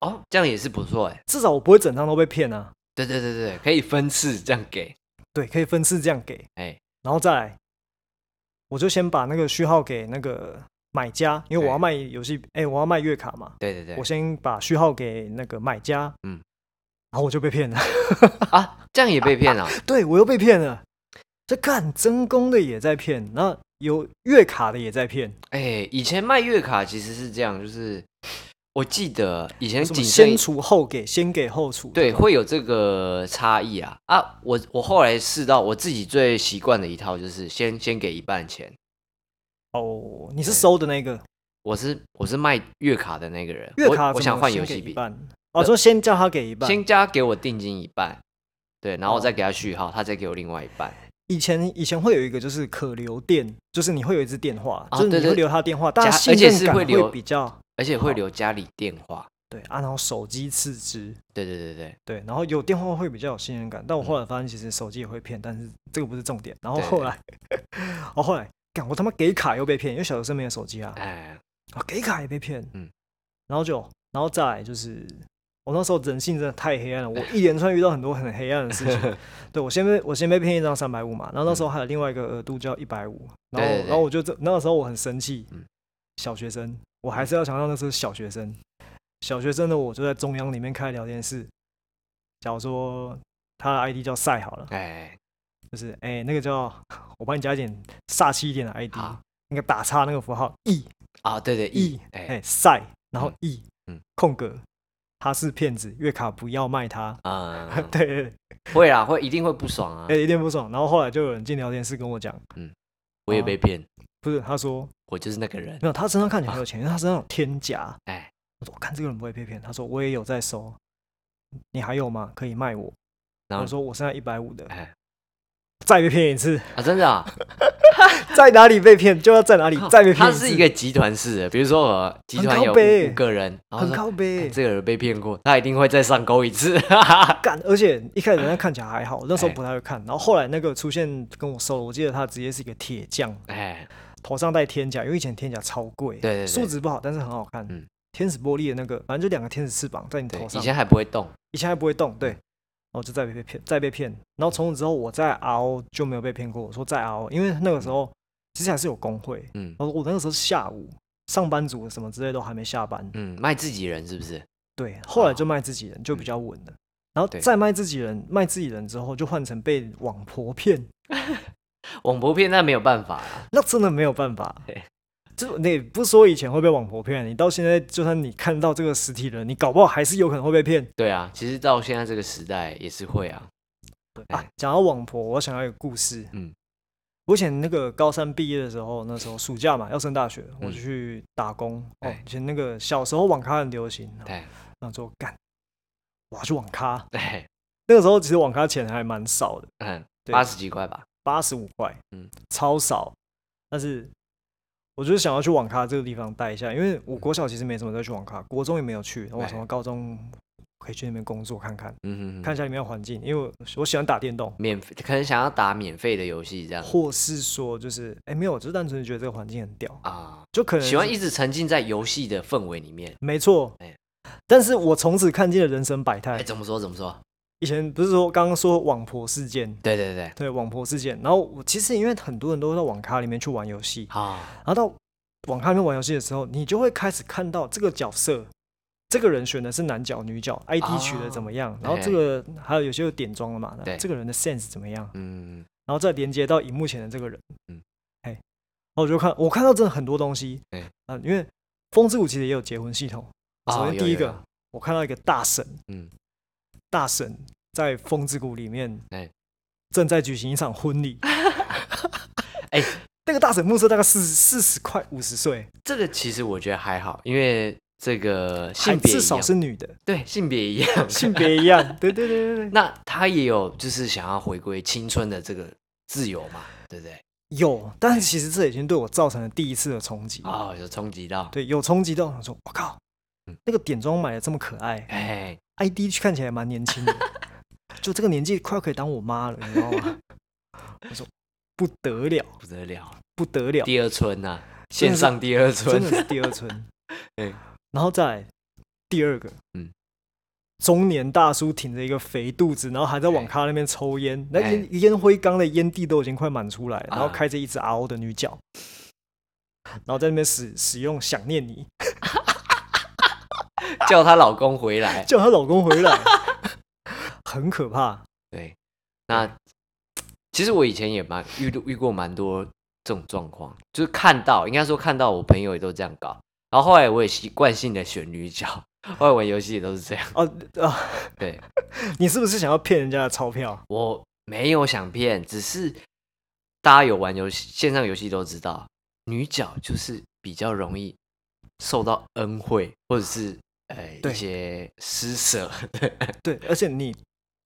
[SPEAKER 1] 哦，这样也是不错哎。
[SPEAKER 2] 至少我不会整张都被骗啊，
[SPEAKER 1] 对对对对，可以分次这样给，
[SPEAKER 2] 对，可以分次这样给，
[SPEAKER 1] 哎
[SPEAKER 2] 然后再来，我就先把那个序号给那个买家，因为我要
[SPEAKER 1] 哎
[SPEAKER 2] 卖游戏，哎、我要卖月卡嘛，
[SPEAKER 1] 对对对
[SPEAKER 2] 我，先把序号给那个买家，
[SPEAKER 1] 嗯，
[SPEAKER 2] 然后我就被骗了， *laughs*
[SPEAKER 1] 啊，这样也被骗了，
[SPEAKER 2] 对我又被骗了，这干真功的也在骗，然后有月卡的也在骗，
[SPEAKER 1] 哎，以前卖月卡其实是这样，就是我记得以前
[SPEAKER 2] 什么
[SPEAKER 1] 仅
[SPEAKER 2] 先
[SPEAKER 1] 剩
[SPEAKER 2] 除后给，先给后除，
[SPEAKER 1] 哎对，会有这个差异啊啊！我我后来试到我自己最习惯的一套，就是先先给一半钱。
[SPEAKER 2] 哦，你是收的那个
[SPEAKER 1] 我是我是卖月卡的那个人，
[SPEAKER 2] 月卡
[SPEAKER 1] 我我
[SPEAKER 2] 怎
[SPEAKER 1] 想
[SPEAKER 2] 么
[SPEAKER 1] 换
[SPEAKER 2] 先
[SPEAKER 1] 游
[SPEAKER 2] 给
[SPEAKER 1] 戏
[SPEAKER 2] 一
[SPEAKER 1] 币，
[SPEAKER 2] 半，哦，说先叫他给一半，
[SPEAKER 1] 先加给我定金一半，对，然后
[SPEAKER 2] 哦
[SPEAKER 1] 再给他序号，他再给我另外一半。
[SPEAKER 2] 以前以前会有一个就是可留电，就是你会有一支电话，
[SPEAKER 1] 啊
[SPEAKER 2] 就是
[SPEAKER 1] 对
[SPEAKER 2] 你会
[SPEAKER 1] 对
[SPEAKER 2] 留他电话，大家
[SPEAKER 1] 加
[SPEAKER 2] 信
[SPEAKER 1] 而且
[SPEAKER 2] 任
[SPEAKER 1] 是
[SPEAKER 2] 感
[SPEAKER 1] 会留
[SPEAKER 2] 比较
[SPEAKER 1] 而且会
[SPEAKER 2] 好
[SPEAKER 1] 留家里电话。
[SPEAKER 2] 对啊，然后手机次之
[SPEAKER 1] 对对对对，
[SPEAKER 2] 对，然后有电话会比较有信任感。但我后来发现其实手机也会骗，但是这个不是重点。然后
[SPEAKER 1] 对
[SPEAKER 2] 后来， *laughs* 哦后来，干我他妈给卡又被骗，因为小学生没有手机啊，
[SPEAKER 1] 哎，
[SPEAKER 2] 啊给卡也被骗，
[SPEAKER 1] 嗯，
[SPEAKER 2] 然后就然后再来就是。我那时候人性真的太黑
[SPEAKER 1] *laughs*
[SPEAKER 2] 暗了，我一连串遇到很多很黑暗的事情。对我先被我先被骗一张三百五嘛，然后那时候还有另外一个额度叫一百五，然后
[SPEAKER 1] 嗯对对对
[SPEAKER 2] 然后我就这那个时候我很生气
[SPEAKER 1] 嗯，
[SPEAKER 2] 小学生，我还是要强调那是小学生，小学生的我就在中央里面开聊天室，假如说他的 ID 叫赛好了，
[SPEAKER 1] 哎，
[SPEAKER 2] 就是哎、那个叫 *laughs* 我帮你加一点煞气一点的 ID，
[SPEAKER 1] 好
[SPEAKER 2] 那个打叉那个符号 E
[SPEAKER 1] 啊，对对
[SPEAKER 2] E
[SPEAKER 1] 一，
[SPEAKER 2] 哎
[SPEAKER 1] 哎
[SPEAKER 2] 赛，然后
[SPEAKER 1] 嗯
[SPEAKER 2] E
[SPEAKER 1] 嗯
[SPEAKER 2] 空格，他是骗子，月卡不要卖他，
[SPEAKER 1] 嗯，
[SPEAKER 2] 对 *laughs* 对对。
[SPEAKER 1] 会啦，会一定会不爽啊
[SPEAKER 2] 哎、！一点不爽。然后后来就有人进聊天室跟我讲，
[SPEAKER 1] 我也
[SPEAKER 2] 哦
[SPEAKER 1] 被骗，
[SPEAKER 2] 不是，他说
[SPEAKER 1] 我就是那个人。啊
[SPEAKER 2] 没有，他身上看起来很有钱，因为他身上有天价。
[SPEAKER 1] 哎，
[SPEAKER 2] 我说我看这个人不会被骗，他说我也有在收，你还有吗？可以卖我。
[SPEAKER 1] 然
[SPEAKER 2] 我
[SPEAKER 1] 后
[SPEAKER 2] 说我现在一百五的，
[SPEAKER 1] 哎
[SPEAKER 2] 再被骗一次， *laughs*
[SPEAKER 1] 啊，真的啊，
[SPEAKER 2] 在哪里被骗就要在哪里
[SPEAKER 1] 靠
[SPEAKER 2] 再被骗
[SPEAKER 1] 它
[SPEAKER 2] 一次。
[SPEAKER 1] 哦是一个集团式的，比如说呃，集
[SPEAKER 2] 很
[SPEAKER 1] 团
[SPEAKER 2] 靠
[SPEAKER 1] 有
[SPEAKER 2] 北
[SPEAKER 1] 五五个人，然后
[SPEAKER 2] 很
[SPEAKER 1] 说
[SPEAKER 2] 靠
[SPEAKER 1] 哎
[SPEAKER 2] 背。欸啊
[SPEAKER 1] 这个人被骗过，他一定会再上钩一次。 *laughs*
[SPEAKER 2] 干，而且一开始人家看起来还好，那时候
[SPEAKER 1] 哎
[SPEAKER 2] 不太会看。然后后来那个出现跟我收了，我记得他直接是一个铁匠，
[SPEAKER 1] 哎，
[SPEAKER 2] 头上戴天甲，因为以前天甲超贵，
[SPEAKER 1] 对对对
[SPEAKER 2] 素质不好，但是很好看。
[SPEAKER 1] 嗯
[SPEAKER 2] 天使玻璃的那个，反正就两个天使翅膀在你
[SPEAKER 1] 对，
[SPEAKER 2] 头
[SPEAKER 1] 以
[SPEAKER 2] 上，
[SPEAKER 1] 前还不会动。
[SPEAKER 2] 以前还不会动，对，然后就再被骗，再被骗，然后从此之后我在 RO 就没有被骗过，我说在 RO，因为那个时候其实还是有工会，
[SPEAKER 1] 嗯
[SPEAKER 2] 然后我那个时候是下午上班族什么之类都还没下班，
[SPEAKER 1] 嗯，卖自己人是不是？
[SPEAKER 2] 对，后来就卖自己人就比较稳了，然后
[SPEAKER 1] 哦嗯对
[SPEAKER 2] 再卖自己人，卖自己人之后就换成被网婆骗，
[SPEAKER 1] 网博骗那没有办法啦。
[SPEAKER 2] 那真的没有办法
[SPEAKER 1] 对。
[SPEAKER 2] 就你不说以前会被网婆骗，你到现在就算你看到这个实体人，你搞不好还是有可能会被骗
[SPEAKER 1] 对啊，其实到现在这个时代也是会啊。
[SPEAKER 2] 啊
[SPEAKER 1] 哎。
[SPEAKER 2] 讲到网婆，我想到一个故事。
[SPEAKER 1] 嗯，
[SPEAKER 2] 我以前那个高三毕业的时候，那时候暑假嘛，要升大学，我就去打工。哦
[SPEAKER 1] 嗯哎，
[SPEAKER 2] 以前那个小时候网咖很流行，
[SPEAKER 1] 对
[SPEAKER 2] 然后说干，我要去网咖。
[SPEAKER 1] 对，
[SPEAKER 2] 那个时候其实网咖钱还蛮少的，
[SPEAKER 1] 嗯，
[SPEAKER 2] 对
[SPEAKER 1] 八十几块吧。
[SPEAKER 2] 八十五块，
[SPEAKER 1] 嗯
[SPEAKER 2] 超少。但是我就是想要去网咖这个地方待一下，因为我国小其实没什么再去网咖，国中也没有去，然后我
[SPEAKER 1] 嗯哎
[SPEAKER 2] 想到高中可以去那边工作看看，
[SPEAKER 1] 嗯哼
[SPEAKER 2] 看一
[SPEAKER 1] 哼，
[SPEAKER 2] 下里面的环境，因为我我喜欢打电动，
[SPEAKER 1] 免费可能想要打免费的游戏这样
[SPEAKER 2] 或是说就是哎、没有，我就是单纯地觉得这个环境很屌，
[SPEAKER 1] 啊，
[SPEAKER 2] 就可能
[SPEAKER 1] 喜欢
[SPEAKER 2] 是
[SPEAKER 1] 一直沉浸在游戏的氛围里面。
[SPEAKER 2] 没错
[SPEAKER 1] 哎，
[SPEAKER 2] 但是我从此看尽了人生百态
[SPEAKER 1] 哎，。怎么说怎么说？
[SPEAKER 2] 以前不是说刚刚说网婆事件，
[SPEAKER 1] 对对对，
[SPEAKER 2] 对网婆事件，然后我其实因为很多人都到网咖里面去玩游戏，
[SPEAKER 1] 啊，
[SPEAKER 2] 然后到网咖里面玩游戏的时候，你就会开始看到这个角色，这个人选的是男角、女角
[SPEAKER 1] 啊
[SPEAKER 2] ，ID 取的怎么样，然后
[SPEAKER 1] 嘿
[SPEAKER 2] 这个还有有些有点装了嘛，那
[SPEAKER 1] 对
[SPEAKER 2] 这个人的 sense 怎么样，
[SPEAKER 1] 嗯，
[SPEAKER 2] 然后再连接到荧幕前的这个人，
[SPEAKER 1] 嗯
[SPEAKER 2] 嗯，哎，然后我就看我看到真的很多东西，
[SPEAKER 1] 嘿
[SPEAKER 2] 啊，因为《风之舞》其实也有结婚系统，首
[SPEAKER 1] 哦
[SPEAKER 2] 先
[SPEAKER 1] 有
[SPEAKER 2] 第一
[SPEAKER 1] 有
[SPEAKER 2] 个
[SPEAKER 1] 有
[SPEAKER 2] 我看到一个大神，
[SPEAKER 1] 嗯，
[SPEAKER 2] 大神在《风之谷》里面，
[SPEAKER 1] 哎，
[SPEAKER 2] 正在举行一场婚礼
[SPEAKER 1] *laughs* 哎
[SPEAKER 2] 那个大神目测大概四四十快五十岁，
[SPEAKER 1] 这个其实我觉得还好，因为这个
[SPEAKER 2] 还
[SPEAKER 1] 性别
[SPEAKER 2] 至
[SPEAKER 1] 一
[SPEAKER 2] 少
[SPEAKER 1] 样
[SPEAKER 2] 是
[SPEAKER 1] *laughs*
[SPEAKER 2] 女的，
[SPEAKER 1] 对性别一样，
[SPEAKER 2] 性别一样，对对对对对，
[SPEAKER 1] 那他也有就是想要回归青春的这个自由嘛，对不对？
[SPEAKER 2] 有，但是其实这已经对我造成了第一次的冲击，
[SPEAKER 1] 哦，有冲击到，
[SPEAKER 2] 对，有冲击到，我想说我靠
[SPEAKER 1] 嗯，
[SPEAKER 2] 那个点装买的这么可爱
[SPEAKER 1] 哎，
[SPEAKER 2] ，ID 看起来蛮年轻的，就这个年纪快要可以当我妈了，你知道吗？ *laughs* 我说不得了，
[SPEAKER 1] 不得了，
[SPEAKER 2] 不得了，
[SPEAKER 1] 第二春呐、
[SPEAKER 2] 真
[SPEAKER 1] 线
[SPEAKER 2] 的是
[SPEAKER 1] 上第二
[SPEAKER 2] 真
[SPEAKER 1] 春。
[SPEAKER 2] 的，是第二春
[SPEAKER 1] 对，
[SPEAKER 2] 然后再来第二个，
[SPEAKER 1] 嗯
[SPEAKER 2] 嗯，中年大叔挺着一个肥肚子，然后还在网咖那边抽烟，那
[SPEAKER 1] 哎
[SPEAKER 2] 烟烟灰缸的烟蒂都已经快满出来了，
[SPEAKER 1] 啊
[SPEAKER 2] 然后开着一只 RO 的女角，然后在那边使使用想念你，
[SPEAKER 1] 叫她老公回来。
[SPEAKER 2] 叫她老公回来，很可怕。
[SPEAKER 1] 对，那其实我以前也蛮遇遇过蛮多这种状况，就是看到，应该说看到我朋友也都这样搞，然后后来我也习惯性的选女角，后来玩游戏也都是这样。 *laughs*
[SPEAKER 2] 哦啊，
[SPEAKER 1] 对
[SPEAKER 2] 你是不是想要骗人家的钞票？
[SPEAKER 1] 我没有想骗，只是大家有玩游戏，线上游戏都知道，女角就是比较容易受到恩惠或者是呃一
[SPEAKER 2] 对
[SPEAKER 1] 些施舍， *laughs*
[SPEAKER 2] 对，而且你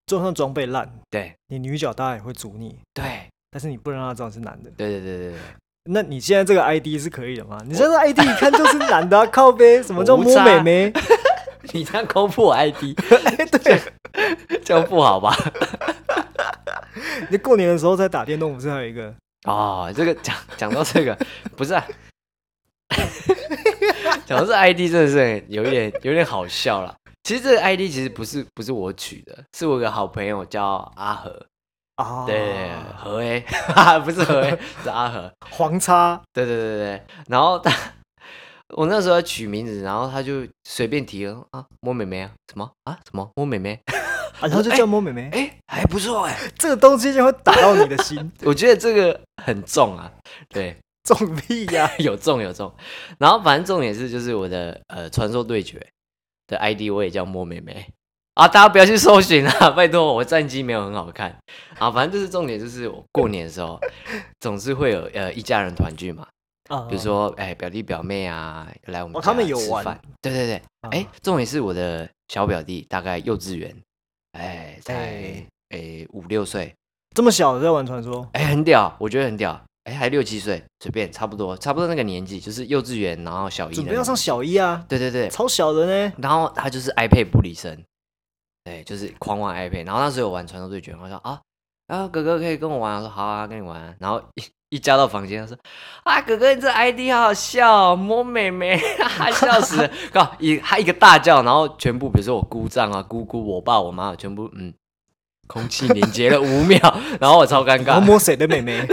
[SPEAKER 2] 就算装备烂，
[SPEAKER 1] 对
[SPEAKER 2] 你女角大家也会阻你，
[SPEAKER 1] 对
[SPEAKER 2] 但是你不能让她知道你是男的。
[SPEAKER 1] 对对对对对， *laughs*
[SPEAKER 2] 那你现在这个 ID 是可以的吗？你现在 ID 一看就是
[SPEAKER 1] *laughs*
[SPEAKER 2] 男的、啊，靠背，什么叫摸美眉？
[SPEAKER 1] 你这样公布我 ID，
[SPEAKER 2] 哎，对，
[SPEAKER 1] 这样不好吧？
[SPEAKER 2] 你过年的时候在打电动，不是还有一个？
[SPEAKER 1] 哦，这个讲讲到这个，不是、啊， *laughs* 讲到这 ID 真的是有一点有点好笑了。其实这个 ID 其实不是不是我取的，是我有个好朋友叫阿和，
[SPEAKER 2] 啊，
[SPEAKER 1] 对，何 A，哈哈 *laughs* 不是何 A，是阿和，
[SPEAKER 2] 黄叉，啊
[SPEAKER 1] 对对对对对。然后 *laughs* 他，我那时候取名字，然后他就随便提了啊，摸妹妹啊，什么啊什么摸妹妹，
[SPEAKER 2] 啊然后就叫摸美眉，
[SPEAKER 1] 哎、还不错哎、
[SPEAKER 2] 这个东西就会打到你的
[SPEAKER 1] *laughs*
[SPEAKER 2] 心，
[SPEAKER 1] 我觉得这个很重啊，对，
[SPEAKER 2] 重屁呀、
[SPEAKER 1] *laughs* 有中有中，然后反正重点是就是我的呃传说对决的 ID 我也叫莫妹妹啊，大家不要去搜寻啊，拜托我战绩没有很好看啊，反正就是重点就是我过年的时候总是会有呃一家人团聚嘛，
[SPEAKER 2] 啊！
[SPEAKER 1] 比如说哎、表弟表妹啊来我们
[SPEAKER 2] 哦他们
[SPEAKER 1] 家
[SPEAKER 2] 有
[SPEAKER 1] 吃
[SPEAKER 2] 玩
[SPEAKER 1] 饭，对对对，
[SPEAKER 2] 啊，
[SPEAKER 1] 哎、重点是我的小表弟大概幼稚园，哎、才
[SPEAKER 2] 哎
[SPEAKER 1] 哎五六岁，
[SPEAKER 2] 这么小的在玩传说，
[SPEAKER 1] 哎、很屌，我觉得很屌。哎，还六七岁，随便，差不多，差不多那个年纪，就是幼稚园，然后小一的那种，
[SPEAKER 2] 准备要上小一啊，
[SPEAKER 1] 对对对，
[SPEAKER 2] 超小的呢。
[SPEAKER 1] 然后他就是 iPad 不离身，对，就是狂玩 iPad。然后那时候有玩《传说对决》，我说啊啊，哥哥可以跟我玩，我说好啊，跟你玩啊。然后一一加到房间，他说啊，哥哥你这 ID 好好笑哦，摸妹妹，哈哈，笑死了。靠，一他一个大叫，然后全部，比如说我姑丈啊、姑姑、我爸、我妈，全部嗯。空气凝结了五秒，然后我超尴
[SPEAKER 2] 然
[SPEAKER 1] 尬。
[SPEAKER 2] 后摸谁的美
[SPEAKER 1] *laughs*
[SPEAKER 2] 眉，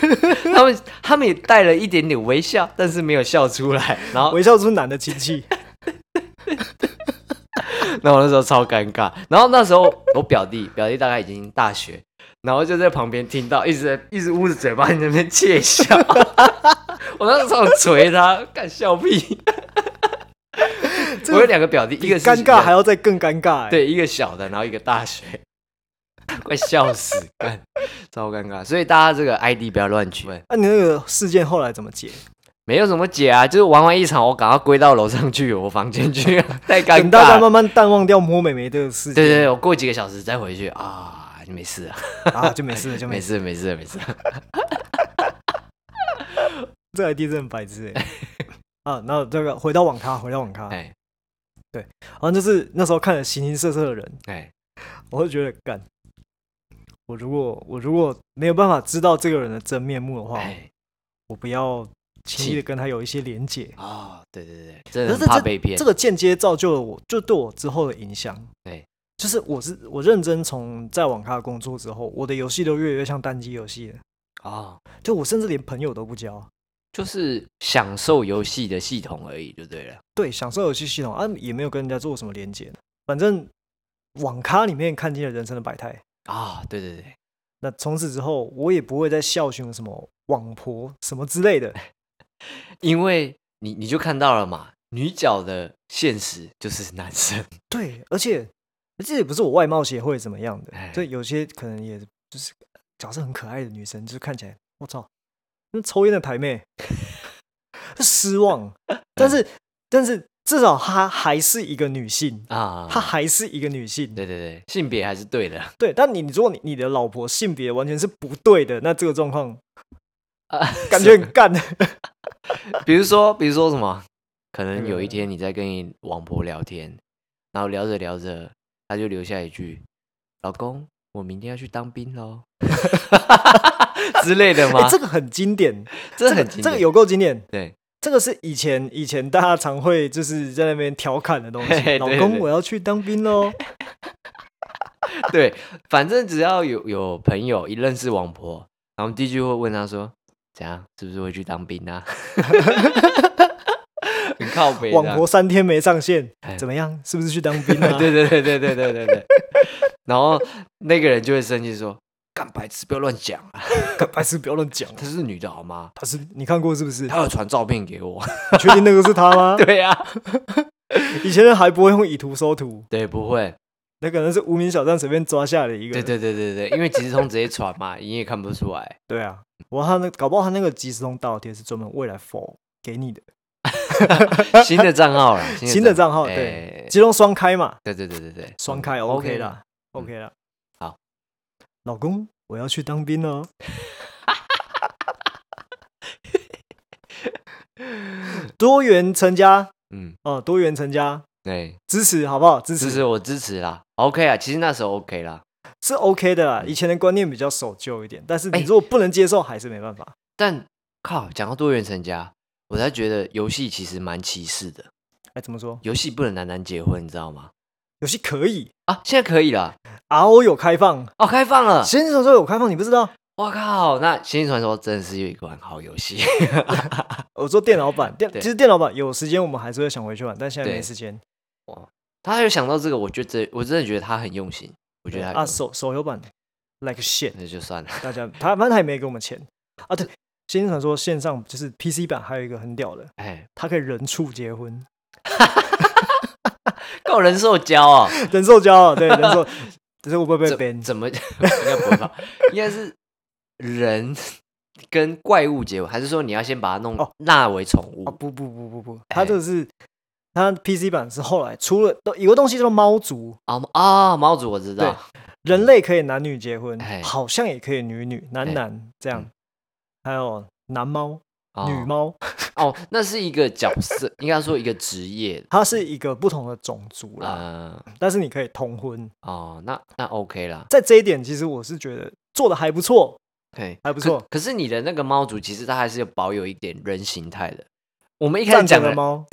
[SPEAKER 2] *laughs*
[SPEAKER 1] 他们他们也带了一点点微笑，但是没有笑出来。然后
[SPEAKER 2] 微笑出男的亲戚，
[SPEAKER 1] 那我那时候超尴尬。然后那时候我表弟， *laughs* 表弟大概已经大学，然后就在旁边听到一直在一直捂着嘴巴在那边窃笑。 *laughs* 我那时候捶他，干笑屁。
[SPEAKER 2] 这
[SPEAKER 1] *laughs* 我有
[SPEAKER 2] 个
[SPEAKER 1] 两个表弟，一
[SPEAKER 2] 比
[SPEAKER 1] 个是
[SPEAKER 2] 尴尬还要再更尴尬、哎，
[SPEAKER 1] 对，一个小的，然后一个大学， *laughs* 快笑死，干超尴尬。所以大家这个 ID 不要乱取，
[SPEAKER 2] 那、啊你那个事件后来怎么解？
[SPEAKER 1] 没有什么解啊，就是玩完一场，我赶快归到楼上去，我房间去， *laughs* 太尴
[SPEAKER 2] 等大
[SPEAKER 1] 尬
[SPEAKER 2] 家
[SPEAKER 1] 了。
[SPEAKER 2] 慢慢淡忘掉摸美眉这个事
[SPEAKER 1] 对对
[SPEAKER 2] 件
[SPEAKER 1] 对，我过几个小时再回去啊，就没 *laughs* 事了。
[SPEAKER 2] 啊，就没事了，就没
[SPEAKER 1] 没
[SPEAKER 2] 事。
[SPEAKER 1] 事没事没事。
[SPEAKER 2] *laughs* 这 ID 真的很白痴哎、 *laughs* 啊，然后这个回到网咖，回到网咖，然
[SPEAKER 1] 哎
[SPEAKER 2] 后就是那时候看了形形色色的人，
[SPEAKER 1] 哎，
[SPEAKER 2] 我就觉得干，我如果我如果没有办法知道这个人的真面目的话，
[SPEAKER 1] 哎，
[SPEAKER 2] 我不要轻易
[SPEAKER 1] 气
[SPEAKER 2] 的跟他有一些连结。
[SPEAKER 1] 哦，对对对，真
[SPEAKER 2] 可
[SPEAKER 1] 的
[SPEAKER 2] 是
[SPEAKER 1] 很怕被骗。
[SPEAKER 2] 这个间接造就了我，就对我之后的影响。
[SPEAKER 1] 对，
[SPEAKER 2] 就是我是我认真从在网咖工作之后，我的游戏都越来越像单机游戏了。
[SPEAKER 1] 哦，
[SPEAKER 2] 就我甚至连朋友都不交，
[SPEAKER 1] 就是享受游戏的系统而已，就对了。
[SPEAKER 2] 对，享受游戏系统啊，也没有跟人家做什么连接。反正网咖里面看尽了人生的百态。
[SPEAKER 1] 啊、对对对，
[SPEAKER 2] 那从此之后，我也不会再笑训什么网婆什么之类的。
[SPEAKER 1] 因为你你就看到了嘛，女角的现实就是男生，
[SPEAKER 2] 对，而且这也不是我外貌协会怎么样的
[SPEAKER 1] 哎，
[SPEAKER 2] 对，有些可能也就是角色很可爱的女生，就是看起来我操，那抽烟的台妹，就失望。但是但是至少她还是一个女性，
[SPEAKER 1] 啊，
[SPEAKER 2] 她还是一个女性。
[SPEAKER 1] 对对对，性别还是对的
[SPEAKER 2] 对，但你如果你你的老婆性别完全是不对的，那这个状况
[SPEAKER 1] *laughs* 啊，
[SPEAKER 2] 感觉很干。
[SPEAKER 1] 比如说，比如说什么？可能
[SPEAKER 2] 那
[SPEAKER 1] 有一
[SPEAKER 2] 个
[SPEAKER 1] 天你在跟你王婆聊天，然后聊着聊着，她就留下一句：“老公，我明天要去当兵喽。” *laughs* 之类的吗？
[SPEAKER 2] 哎，这个很经典，
[SPEAKER 1] 这
[SPEAKER 2] 个
[SPEAKER 1] 很经
[SPEAKER 2] 这个
[SPEAKER 1] 典
[SPEAKER 2] 有够经典。
[SPEAKER 1] 对
[SPEAKER 2] 这个是以前以前大家常会就是在那边调侃的东
[SPEAKER 1] 嘿
[SPEAKER 2] 西。
[SPEAKER 1] 嘿
[SPEAKER 2] 老
[SPEAKER 1] 对
[SPEAKER 2] 公，
[SPEAKER 1] 对
[SPEAKER 2] 我要去当兵喽！
[SPEAKER 1] 对，反正只要有有朋友一认识王婆，然后第一句会问她说：“怎样？是不是会去当兵啊？” *laughs* 很靠北的啊，
[SPEAKER 2] 网婆三天没上线
[SPEAKER 1] 哎，
[SPEAKER 2] 怎么样？是不是去当
[SPEAKER 1] *laughs*
[SPEAKER 2] 兵啊了、
[SPEAKER 1] 对对对对对对对对。然后那个人就会生气说：“干白痴，不要乱讲啊，
[SPEAKER 2] 干白痴，不要乱讲。
[SPEAKER 1] 她是女的好吗？
[SPEAKER 2] 他是你看过是不是？
[SPEAKER 1] 她有传照片给我。”？
[SPEAKER 2] 你确定那个是他吗
[SPEAKER 1] *laughs* 对啊
[SPEAKER 2] *laughs*
[SPEAKER 1] 呀、
[SPEAKER 2] 以前人还不会用以图搜图，
[SPEAKER 1] 对，不会，
[SPEAKER 2] 那可能是无名小站随便抓下的一个
[SPEAKER 1] 对
[SPEAKER 2] 人。
[SPEAKER 1] 对对对对，因为即时通直接传
[SPEAKER 2] *laughs*
[SPEAKER 1] 嘛，你也看不出来。
[SPEAKER 2] 对啊，我他那搞不好他那个即时通倒贴是专门为了 for 给你的，
[SPEAKER 1] 新的账号啦，
[SPEAKER 2] 新的账号
[SPEAKER 1] 哎
[SPEAKER 2] 对即时通双开嘛，
[SPEAKER 1] 对对对对对，
[SPEAKER 2] 双开
[SPEAKER 1] 嗯
[SPEAKER 2] OK 啦，OK 啦。
[SPEAKER 1] 好，
[SPEAKER 2] 老公，我要去当
[SPEAKER 1] *laughs*
[SPEAKER 2] 兵了。哦多元成家
[SPEAKER 1] 嗯，
[SPEAKER 2] 哦、多元成家 *laughs*
[SPEAKER 1] 对，
[SPEAKER 2] 支持好不好？支持
[SPEAKER 1] 支持我支持啦，OK 啊，其实那时候 OK 啦，
[SPEAKER 2] 是 OK 的啦。
[SPEAKER 1] 嗯
[SPEAKER 2] 以前的观念比较守旧一点，但是
[SPEAKER 1] 哎
[SPEAKER 2] 你如果不能接受，还是没办法。
[SPEAKER 1] 但靠，讲到多元成家，我才觉得游戏其实蛮歧视的，
[SPEAKER 2] 哎，怎么说？
[SPEAKER 1] 游戏不能男男结婚，你知道吗？
[SPEAKER 2] 游戏可以
[SPEAKER 1] 啊，现在可以了，
[SPEAKER 2] ，RO 有开放，
[SPEAKER 1] 哦，开放了，
[SPEAKER 2] 先手说有开放，你不知道？
[SPEAKER 1] 我靠，那《仙境传说》真的是一款好游戏，
[SPEAKER 2] 我做电脑版，电
[SPEAKER 1] 对
[SPEAKER 2] 其实电脑版有时间我们还是会想回去玩，但现在
[SPEAKER 1] 对
[SPEAKER 2] 没时间。
[SPEAKER 1] 他有想到这个，我觉得我真的觉得他很用心，我觉得他
[SPEAKER 2] 啊，手手游版 like shit， *laughs*
[SPEAKER 1] 那就算了。 *laughs*
[SPEAKER 2] 大家他反正他也没给我们钱啊。对，先传说线上就是 PC 版还有一个很屌的，
[SPEAKER 1] 哎，
[SPEAKER 2] 它可以人畜结婚，
[SPEAKER 1] 够人兽交哦，
[SPEAKER 2] 人兽交啊，对，人
[SPEAKER 1] *laughs*
[SPEAKER 2] 兽，只是我 *laughs* 会不会被 ban？
[SPEAKER 1] 怎怎么 *laughs* 应该不会吧？应该是人跟怪物结婚，还是说你要先把它弄
[SPEAKER 2] 哦
[SPEAKER 1] 纳为宠物
[SPEAKER 2] 啊，？不不不不不，它
[SPEAKER 1] 哎
[SPEAKER 2] 这个是它 PC 版是后来除了有个东西叫做猫族，
[SPEAKER 1] 啊啊，猫主我知道，
[SPEAKER 2] 人类可以男女结婚
[SPEAKER 1] 哎，
[SPEAKER 2] 好像也可以女女、男
[SPEAKER 1] 哎
[SPEAKER 2] 男这样
[SPEAKER 1] 嗯，
[SPEAKER 2] 还有男猫、
[SPEAKER 1] 哦
[SPEAKER 2] 女猫，
[SPEAKER 1] 哦，那是一个角色，应该说一个职
[SPEAKER 2] *laughs*
[SPEAKER 1] 业。
[SPEAKER 2] 它是一个不同的种族啦，
[SPEAKER 1] 嗯，
[SPEAKER 2] 但是你可以通婚，
[SPEAKER 1] 哦，那那 OK 啦，
[SPEAKER 2] 在这一点其实我是觉得做的还不错，
[SPEAKER 1] 嘿，
[SPEAKER 2] 还不
[SPEAKER 1] 可
[SPEAKER 2] 错。
[SPEAKER 1] 可是你的那个猫主其实它还是有保有一点人形态的。我们一开始
[SPEAKER 2] 站着
[SPEAKER 1] 讲
[SPEAKER 2] 的
[SPEAKER 1] 的，
[SPEAKER 2] 猫，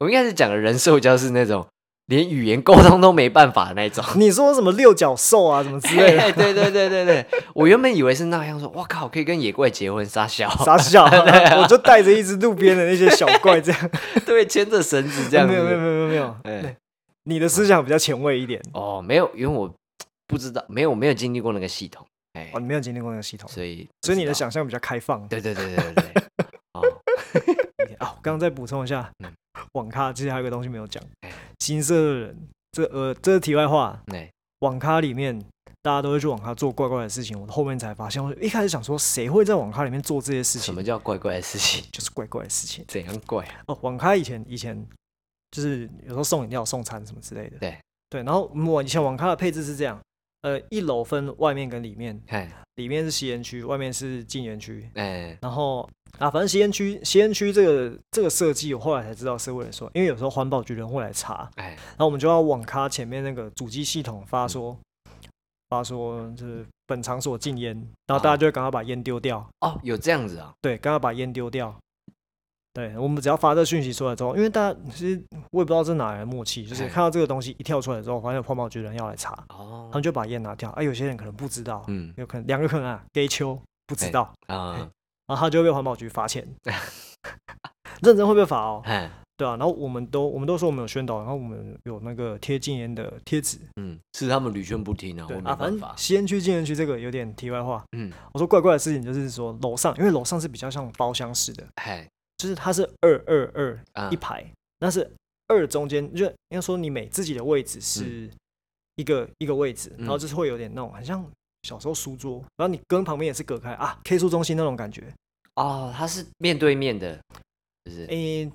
[SPEAKER 1] 我们一开始讲的人兽交是那种连语言沟通都没办法的那种。
[SPEAKER 2] 你说什么六角兽啊，什么
[SPEAKER 1] *laughs*
[SPEAKER 2] 之类的，
[SPEAKER 1] 对对对对对对，我原本以为是那样说，我靠，可以跟野怪结婚，傻小，*laughs*
[SPEAKER 2] 傻笑，
[SPEAKER 1] 对啊
[SPEAKER 2] 我就带着一只路边的那些小怪这样，
[SPEAKER 1] 对，牵着绳子 *laughs* 这样子，
[SPEAKER 2] 没有没有没有没有没有
[SPEAKER 1] 哎，
[SPEAKER 2] 你的思想比较前卫一点，
[SPEAKER 1] 哦，没有，因为我不知道，没有没有经历过那个系统，哎
[SPEAKER 2] 哦，，你没有经历过那个系统，
[SPEAKER 1] 所以不
[SPEAKER 2] 所以你
[SPEAKER 1] 知
[SPEAKER 2] 的
[SPEAKER 1] 道，
[SPEAKER 2] 想象比较开放。
[SPEAKER 1] 对对对对对对，哦，
[SPEAKER 2] 啊，我刚刚再补充一下
[SPEAKER 1] 嗯，
[SPEAKER 2] 网咖其实还有一个东西没有讲
[SPEAKER 1] 哎，
[SPEAKER 2] 新社的人，这呃这是题外话，
[SPEAKER 1] *laughs* 哎
[SPEAKER 2] 网咖里面。大家都会去网咖做怪怪的事情，我后面才发现，我一开始想说谁会在网咖里面做这些事
[SPEAKER 1] 什
[SPEAKER 2] 情
[SPEAKER 1] 么，叫怪怪的事情？ *laughs*
[SPEAKER 2] 就是怪怪的事情。
[SPEAKER 1] 怎样怪啊？
[SPEAKER 2] 哦，网咖以前以前就是有时候送饮料、送餐什么之类的。
[SPEAKER 1] 对
[SPEAKER 2] 嗯对，然后我以前网咖的配置是这样，呃，一楼分外面跟里面，
[SPEAKER 1] 看，
[SPEAKER 2] 里面是吸烟区，外面是禁烟区。
[SPEAKER 1] 哎，
[SPEAKER 2] 然后啊，反正吸烟区，吸烟区这个这个设计，我后来才知道是为了说，因为有时候环保局人会来查，
[SPEAKER 1] 哎，
[SPEAKER 2] 然后我们就要网咖前面那个主机系统发说，发说就是本场所禁烟，然后大家就会赶快把烟丢掉，
[SPEAKER 1] 哦，有这样子啊，
[SPEAKER 2] 对，赶快把烟丢掉。对我们只要发这讯息出来之后，因为大家其实我也不知道这哪来的默契，就是
[SPEAKER 1] 哎
[SPEAKER 2] 看到这个东西一跳出来之后，发现环保局人要来查，
[SPEAKER 1] 哦
[SPEAKER 2] 他，们就把烟拿掉。啊，有些人可能不知道，
[SPEAKER 1] 嗯
[SPEAKER 2] 有可能两个可能啊，给秋不知
[SPEAKER 1] 哎
[SPEAKER 2] 道，
[SPEAKER 1] 啊，
[SPEAKER 2] 然后他就会被环保局罚钱，
[SPEAKER 1] *laughs*
[SPEAKER 2] 认真会被罚哦，
[SPEAKER 1] 哎，
[SPEAKER 2] 对啊，然后我们都我们都说我们有宣导，然后我们有那个贴禁烟的贴纸，
[SPEAKER 1] 嗯，是他们屡劝不听啊，我
[SPEAKER 2] 对
[SPEAKER 1] 没
[SPEAKER 2] 啊，反
[SPEAKER 1] 办
[SPEAKER 2] 正
[SPEAKER 1] 法，
[SPEAKER 2] 吸烟区禁烟区这个有点题外话。
[SPEAKER 1] 嗯，
[SPEAKER 2] 我说怪怪的事情就是说楼上，因为楼上是比较像包厢式的，
[SPEAKER 1] 哎，
[SPEAKER 2] 就是它是二二二
[SPEAKER 1] 啊
[SPEAKER 2] 一，排，那是二中间，就应该说你每自己的位置是一个、一个位置，然后
[SPEAKER 1] 嗯
[SPEAKER 2] 就是会有点那种很像小时候书桌，然后你跟旁边也是隔开啊，K 书中心那种感觉。
[SPEAKER 1] 哦，他是面对面的，就是，
[SPEAKER 2] 诶、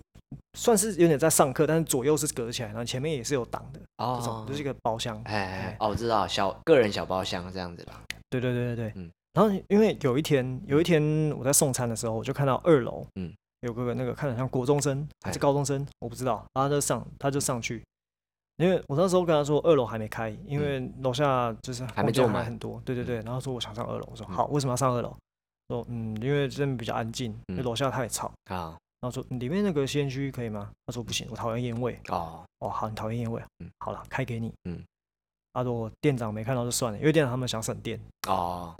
[SPEAKER 2] 算是有点在上课，但是左右是隔起来，然后前面也是有挡的，这种
[SPEAKER 1] 哦，
[SPEAKER 2] 就是一个包厢。
[SPEAKER 1] 哎，哎，哎哦，我知道，小个人小包厢这样子啦，
[SPEAKER 2] 对对对对对。
[SPEAKER 1] 嗯
[SPEAKER 2] 然后因为有一天，有一天我在送餐的时候，我就看到二楼，
[SPEAKER 1] 嗯
[SPEAKER 2] 有个那个看着像国中生还是
[SPEAKER 1] 哎嗯
[SPEAKER 2] 高中生，我不知道，然后他就上他就上去。因为我那时候跟他说二楼还没开，因为楼下就是
[SPEAKER 1] 嗯还没
[SPEAKER 2] 空间
[SPEAKER 1] 坐满
[SPEAKER 2] 很多，对对对。然后说我想上二楼，我说
[SPEAKER 1] 嗯
[SPEAKER 2] 好，为什么要上二楼？说嗯，因为这边比较安静，因为
[SPEAKER 1] 嗯
[SPEAKER 2] 楼下太吵。
[SPEAKER 1] 啊，
[SPEAKER 2] 然后说嗯里面那个吸烟区可以吗？他说不行，我讨厌烟味。
[SPEAKER 1] 哦，
[SPEAKER 2] 哦，好，你讨厌烟味啊，
[SPEAKER 1] 嗯
[SPEAKER 2] 好了，开给你，
[SPEAKER 1] 嗯，
[SPEAKER 2] 他说店长没看到就算了，因为店长他们想省电，
[SPEAKER 1] 哦，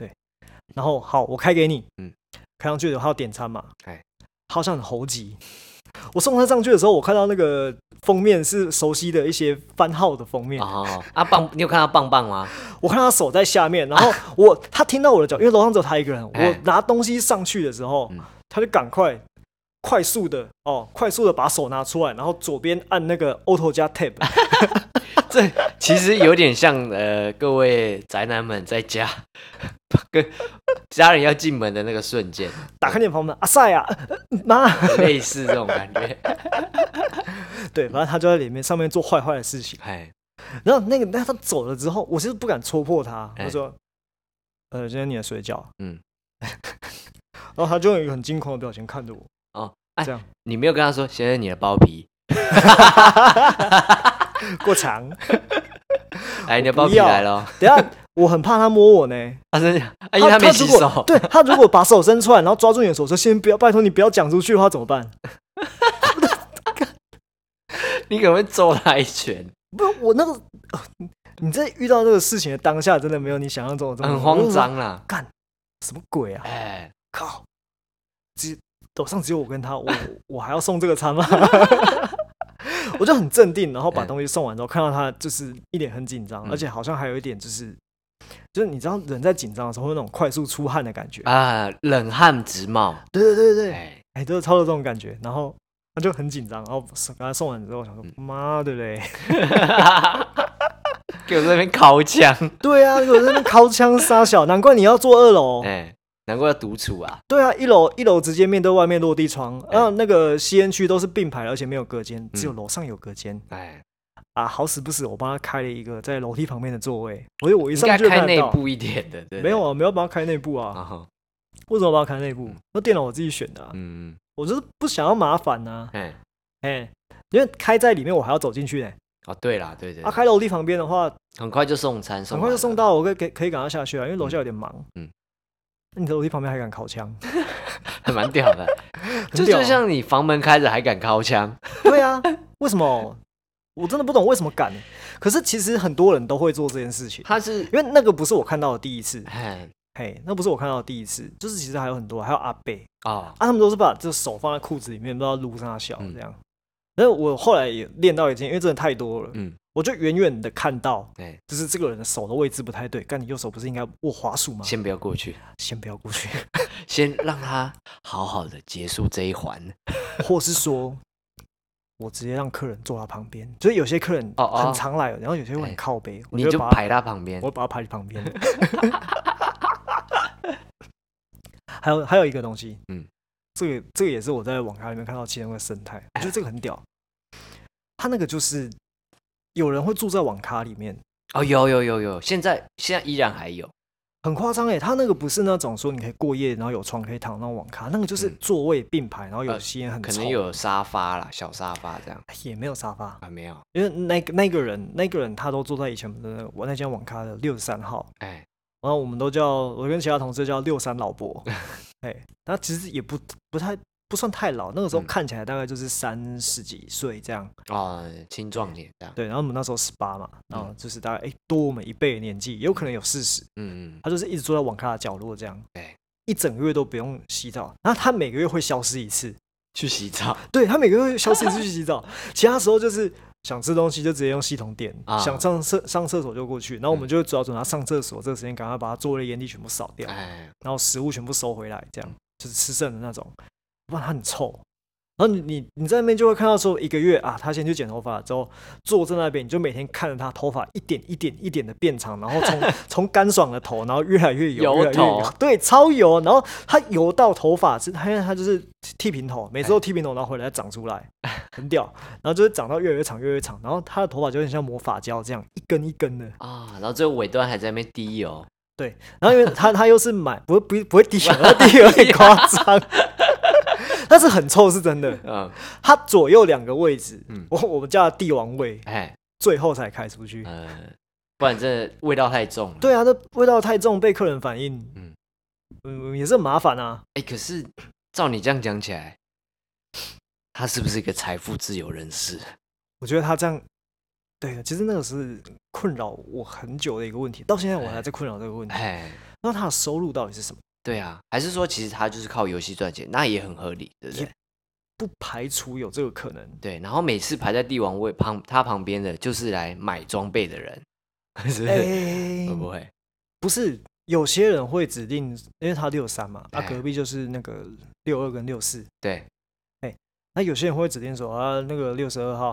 [SPEAKER 2] 然后好，我开给你，
[SPEAKER 1] 嗯，
[SPEAKER 2] 开上去的话要点餐嘛，
[SPEAKER 1] 哎，
[SPEAKER 2] 好像很猴急。 *laughs* 我送他上去的时候，我看到那个封面是熟悉的一些番号的封面，
[SPEAKER 1] 哦，啊棒，你有看到棒棒 *laughs* 吗？
[SPEAKER 2] 我看他手在下面，然后我、他听到我的脚，因为楼上只有他一个人，我
[SPEAKER 1] 啊哎
[SPEAKER 2] 拿东西上去的时候，
[SPEAKER 1] 嗯
[SPEAKER 2] 他就赶快快速的哦，快速的把手拿出来，然后左边按那个 Auto 加 Tab，
[SPEAKER 1] 这其实有点像呃，各位宅男们在家跟家人要进门的那个瞬间，
[SPEAKER 2] 打开你的房门，阿塞啊，妈。 *laughs*
[SPEAKER 1] 类似这种感 *laughs* 觉。
[SPEAKER 2] 对，反正他就在里面上面做坏坏的事情。
[SPEAKER 1] 哎，
[SPEAKER 2] 然后那个，那他走了之后，我就是不敢戳破他，我
[SPEAKER 1] 哎
[SPEAKER 2] 说：“呃，今天你的水饺。”
[SPEAKER 1] 嗯，
[SPEAKER 2] *laughs* 然后他就用一个很惊恐的表情看着我。
[SPEAKER 1] 哦，哎
[SPEAKER 2] 这样
[SPEAKER 1] 你没有跟他说先生你的包皮，
[SPEAKER 2] 过长，等
[SPEAKER 1] 哎，你的包皮来了哦，
[SPEAKER 2] 一下我很怕他摸我呢。
[SPEAKER 1] 他是哎，因为他没洗
[SPEAKER 2] 如果
[SPEAKER 1] 手，
[SPEAKER 2] 对他如果把手伸出来，然后抓住你的手说：“先不要，拜托你不要讲出去的话，怎么办
[SPEAKER 1] 你可能会揍他一拳，？”
[SPEAKER 2] 不是我那个， *laughs* 呃你在遇到这个事情的当下，真的没有你想象中的这么
[SPEAKER 1] 很慌，张啦。
[SPEAKER 2] 什么鬼啊！
[SPEAKER 1] 哎，
[SPEAKER 2] 靠，只楼上只有我跟他，我我还要送这个餐吗？我就很镇定，然后把
[SPEAKER 1] 嗯
[SPEAKER 2] 东西送完之后，看到他就是一脸很紧张，
[SPEAKER 1] 嗯
[SPEAKER 2] 而且好像还有一点就是，就是你知道人在紧张的时候会有那种快速出汗的感觉，
[SPEAKER 1] 啊，冷汗直冒。
[SPEAKER 2] 对对对对，
[SPEAKER 1] 哎，
[SPEAKER 2] 哎，就是超有这种感觉，然后他就很紧张，然后送给他送完之后，我想说妈的嘞，
[SPEAKER 1] 哎 *laughs* 给我在那边烤枪。
[SPEAKER 2] 对啊，有在那边掏枪杀小，难怪你要坐二楼，
[SPEAKER 1] *laughs* 哎，难怪要独处啊。
[SPEAKER 2] 对啊，一楼一楼直接面对外面落地窗，
[SPEAKER 1] 哎
[SPEAKER 2] 然后那个吸烟区都是并排的，而且没有隔间，只有楼上有隔间。
[SPEAKER 1] 哎，
[SPEAKER 2] 啊，好死不死，我帮他开了一个在楼梯旁边的座位，我就我一
[SPEAKER 1] 应
[SPEAKER 2] 上
[SPEAKER 1] 该
[SPEAKER 2] 去就
[SPEAKER 1] 开
[SPEAKER 2] 看得
[SPEAKER 1] 内
[SPEAKER 2] 到。
[SPEAKER 1] 部一点的，对。
[SPEAKER 2] 没有啊，没有帮他开内部啊，
[SPEAKER 1] 啊。
[SPEAKER 2] 为什么帮他开内部
[SPEAKER 1] 嗯？
[SPEAKER 2] 那电脑我自己选的、啊，
[SPEAKER 1] 嗯，
[SPEAKER 2] 我就是不想要麻烦呐、啊，
[SPEAKER 1] 哎，
[SPEAKER 2] 哎，因为开在里面我还要走进去呢、
[SPEAKER 1] 哦，对啦，对对，
[SPEAKER 2] 啊，开楼梯旁边的话，
[SPEAKER 1] 很快就送餐，
[SPEAKER 2] 很快就送
[SPEAKER 1] 到。
[SPEAKER 2] 到，我可以可以可以赶快下去啊，因为楼下有点忙。
[SPEAKER 1] 嗯
[SPEAKER 2] 那你在楼梯旁边还敢
[SPEAKER 1] *laughs*
[SPEAKER 2] 靠枪？
[SPEAKER 1] 还 *laughs* 蛮屌的，
[SPEAKER 2] *laughs* 很
[SPEAKER 1] 就
[SPEAKER 2] 屌啊
[SPEAKER 1] 就像你房门开着还敢掏枪，
[SPEAKER 2] 对啊，为什么？我真的不懂为什么敢。可是其实很多人都会做这件事情，
[SPEAKER 1] 他是
[SPEAKER 2] 因为那个不是我看到的第一次，
[SPEAKER 1] 哎
[SPEAKER 2] 嘿，那不是我看到的第一次，就是其实还有很多，还有阿贝，
[SPEAKER 1] 哦
[SPEAKER 2] 啊，他们都是把这手放在裤子里面，不知道撸啥小
[SPEAKER 1] 嗯
[SPEAKER 2] 这样。然后我后来也练到一件，因为真的太多了，
[SPEAKER 1] 嗯
[SPEAKER 2] 我就远远的看到，
[SPEAKER 1] 哎，
[SPEAKER 2] 就是这个人的手的位置不太对。干，你右手不是应该握滑鼠吗？先
[SPEAKER 1] 先不要过去，
[SPEAKER 2] 先不要过去， *laughs*
[SPEAKER 1] 先让他好好的结束这一环。
[SPEAKER 2] 或是说，我直接让客人坐他旁边。就是有些客人
[SPEAKER 1] 哦哦
[SPEAKER 2] 很常来，然后有些会很
[SPEAKER 1] 哎
[SPEAKER 2] 靠背，我
[SPEAKER 1] 你
[SPEAKER 2] 会
[SPEAKER 1] 就
[SPEAKER 2] 把他，
[SPEAKER 1] 排他旁边
[SPEAKER 2] 我，会把他排旁边。 *laughs* 还有还有一个东西，
[SPEAKER 1] 嗯
[SPEAKER 2] 这个这个也是我在网咖里面看到其中的生态，
[SPEAKER 1] 哎
[SPEAKER 2] 我觉得这个很屌。他那个就是有人会住在网咖里面，
[SPEAKER 1] 哦，有有有有，现在现在依然还有，
[SPEAKER 2] 很夸张哎，他那个不是那种说你可以过夜，然后有床可以躺那种网咖，那个就是
[SPEAKER 1] 嗯
[SPEAKER 2] 座位并排，然后有
[SPEAKER 1] 呃
[SPEAKER 2] 吸烟很
[SPEAKER 1] 可
[SPEAKER 2] 臭，
[SPEAKER 1] 能有沙发啦，小沙发这样
[SPEAKER 2] 也没有沙发，
[SPEAKER 1] 啊，没有，
[SPEAKER 2] 因为那个那个人那个人他都坐在以前的那个我那间网咖的六十三号，
[SPEAKER 1] 哎，
[SPEAKER 2] 然后我们都叫我跟其他同事叫六三
[SPEAKER 1] *laughs*
[SPEAKER 2] 老伯，哎，他其实也不不太不算太老，那个时候
[SPEAKER 1] 嗯
[SPEAKER 2] 看起来大概就是三十几岁这样，
[SPEAKER 1] 哦，青壮年这样，
[SPEAKER 2] 对，然后我们那时候十八嘛，然后就是大概哎、多我们一倍的年纪，也有可能有四十，
[SPEAKER 1] 嗯嗯，
[SPEAKER 2] 他就是一直坐在网咖的角落这样，
[SPEAKER 1] 对，
[SPEAKER 2] 一整个月都不用洗澡，然后他每个月会消失一次，
[SPEAKER 1] 去洗澡，
[SPEAKER 2] 对他每个月会消失一次去
[SPEAKER 1] *laughs*
[SPEAKER 2] 洗澡，其他时候就是想吃东西就直接用系统点，
[SPEAKER 1] 啊嗯
[SPEAKER 2] 想上厕上厕所就过去，然后我们就会主要准他上厕所这个时间，赶快把他座位的烟蒂全部扫掉，
[SPEAKER 1] 哎，
[SPEAKER 2] 然后食物全部收回来，这样就是吃剩的那种，不然它很臭。然后你你你在那边就会看到说一个月啊，他先去剪头发，之后坐在那边，你就每天看着他头发一点一点一点的变长，然后从从干爽的头，然后越来越油，
[SPEAKER 1] 油
[SPEAKER 2] 越来越
[SPEAKER 1] 头
[SPEAKER 2] 油，对，超油。然后他油到头发是，他因为他就是剃平头，每次都剃平头，然后回来长出来，很屌。然后就是长到越来越长，越来越长，然后他的头发就有点像魔法胶这样一根一根的。
[SPEAKER 1] 啊，然后最后尾端还在那边滴
[SPEAKER 2] *laughs*
[SPEAKER 1] 油，
[SPEAKER 2] 然后因为他他又是买不不不会低油，低油有点夸张，但是很臭是真的。
[SPEAKER 1] 嗯，
[SPEAKER 2] 他左右两个位置，
[SPEAKER 1] 嗯
[SPEAKER 2] 我我们叫他帝王位，
[SPEAKER 1] 哎，
[SPEAKER 2] 最后才开出去。
[SPEAKER 1] 呃，不然真的味道太重了，
[SPEAKER 2] 对啊，那味道太重，被客人反映，嗯
[SPEAKER 1] 嗯
[SPEAKER 2] 也是很麻烦啊。
[SPEAKER 1] 哎、可是照你这样讲起来，他是不是一个财富自由人士？
[SPEAKER 2] 我觉得他这样，对，其实那个是困扰我很久的一个问题，到现在我还在困扰这个问题。
[SPEAKER 1] 哎，
[SPEAKER 2] 那他的收入到底是什么？
[SPEAKER 1] 对啊，还是说其实他就是靠游戏赚钱，那也很合理，对不对
[SPEAKER 2] 也？不排除有这个可能，
[SPEAKER 1] 对，然后每次排在帝王位旁他旁边的就是来买装备的人， *laughs* 是不是？
[SPEAKER 2] 哎
[SPEAKER 1] 会不会？
[SPEAKER 2] 不是，有些人会指定，因为他六三嘛，他、
[SPEAKER 1] 哎
[SPEAKER 2] 隔壁就是那个六二跟六四，
[SPEAKER 1] 对，
[SPEAKER 2] 那有些人会指定说啊，那个六十二号，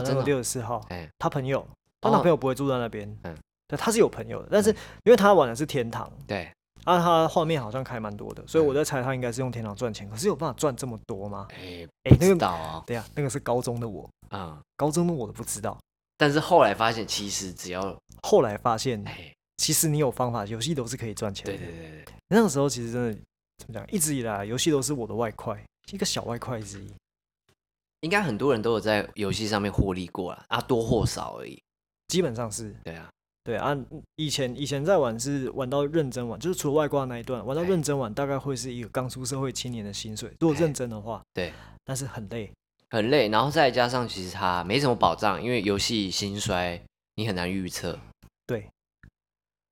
[SPEAKER 1] 哦
[SPEAKER 2] 那
[SPEAKER 1] 真
[SPEAKER 2] 个
[SPEAKER 1] 的哦
[SPEAKER 2] 六十四号，
[SPEAKER 1] 哎
[SPEAKER 2] 他朋友，他男
[SPEAKER 1] 哦
[SPEAKER 2] 朋友不会住在那边，
[SPEAKER 1] 嗯
[SPEAKER 2] 对，他是有朋友的，但是因为他玩的是天堂，
[SPEAKER 1] 对，
[SPEAKER 2] 啊，他画面好像开蛮多的，所以我
[SPEAKER 1] 嗯
[SPEAKER 2] 在猜他应该是用天堂赚钱，可是有办法赚这么多吗？
[SPEAKER 1] 哎，
[SPEAKER 2] 哎、
[SPEAKER 1] 不
[SPEAKER 2] 那
[SPEAKER 1] 知
[SPEAKER 2] 个，
[SPEAKER 1] 道哦，
[SPEAKER 2] 对呀，那个是高中的我，
[SPEAKER 1] 嗯，
[SPEAKER 2] 高中的我都不知道，
[SPEAKER 1] 但是后来发现其实只要，
[SPEAKER 2] 后来发现，
[SPEAKER 1] 哎，
[SPEAKER 2] 其实你有方法，游戏都是可以赚钱的，
[SPEAKER 1] 对对对对，
[SPEAKER 2] 那个时候其实真的怎么讲，一直以来啊游戏都是我的外快，一个小外快之一。
[SPEAKER 1] 应该很多人都有在游戏上面获利过了啊，多或少而已。
[SPEAKER 2] 基本上是
[SPEAKER 1] 对啊，
[SPEAKER 2] 对啊，以前以前在玩是玩到认真玩，就是除了外挂那一段，玩到
[SPEAKER 1] 哎
[SPEAKER 2] 认真玩大概会是一个刚出社会青年的薪水，如果
[SPEAKER 1] 哎
[SPEAKER 2] 认真的话，
[SPEAKER 1] 对，
[SPEAKER 2] 但是很累，
[SPEAKER 1] 很累，然后再加上其实它没什么保障，因为游戏兴衰你很难预测。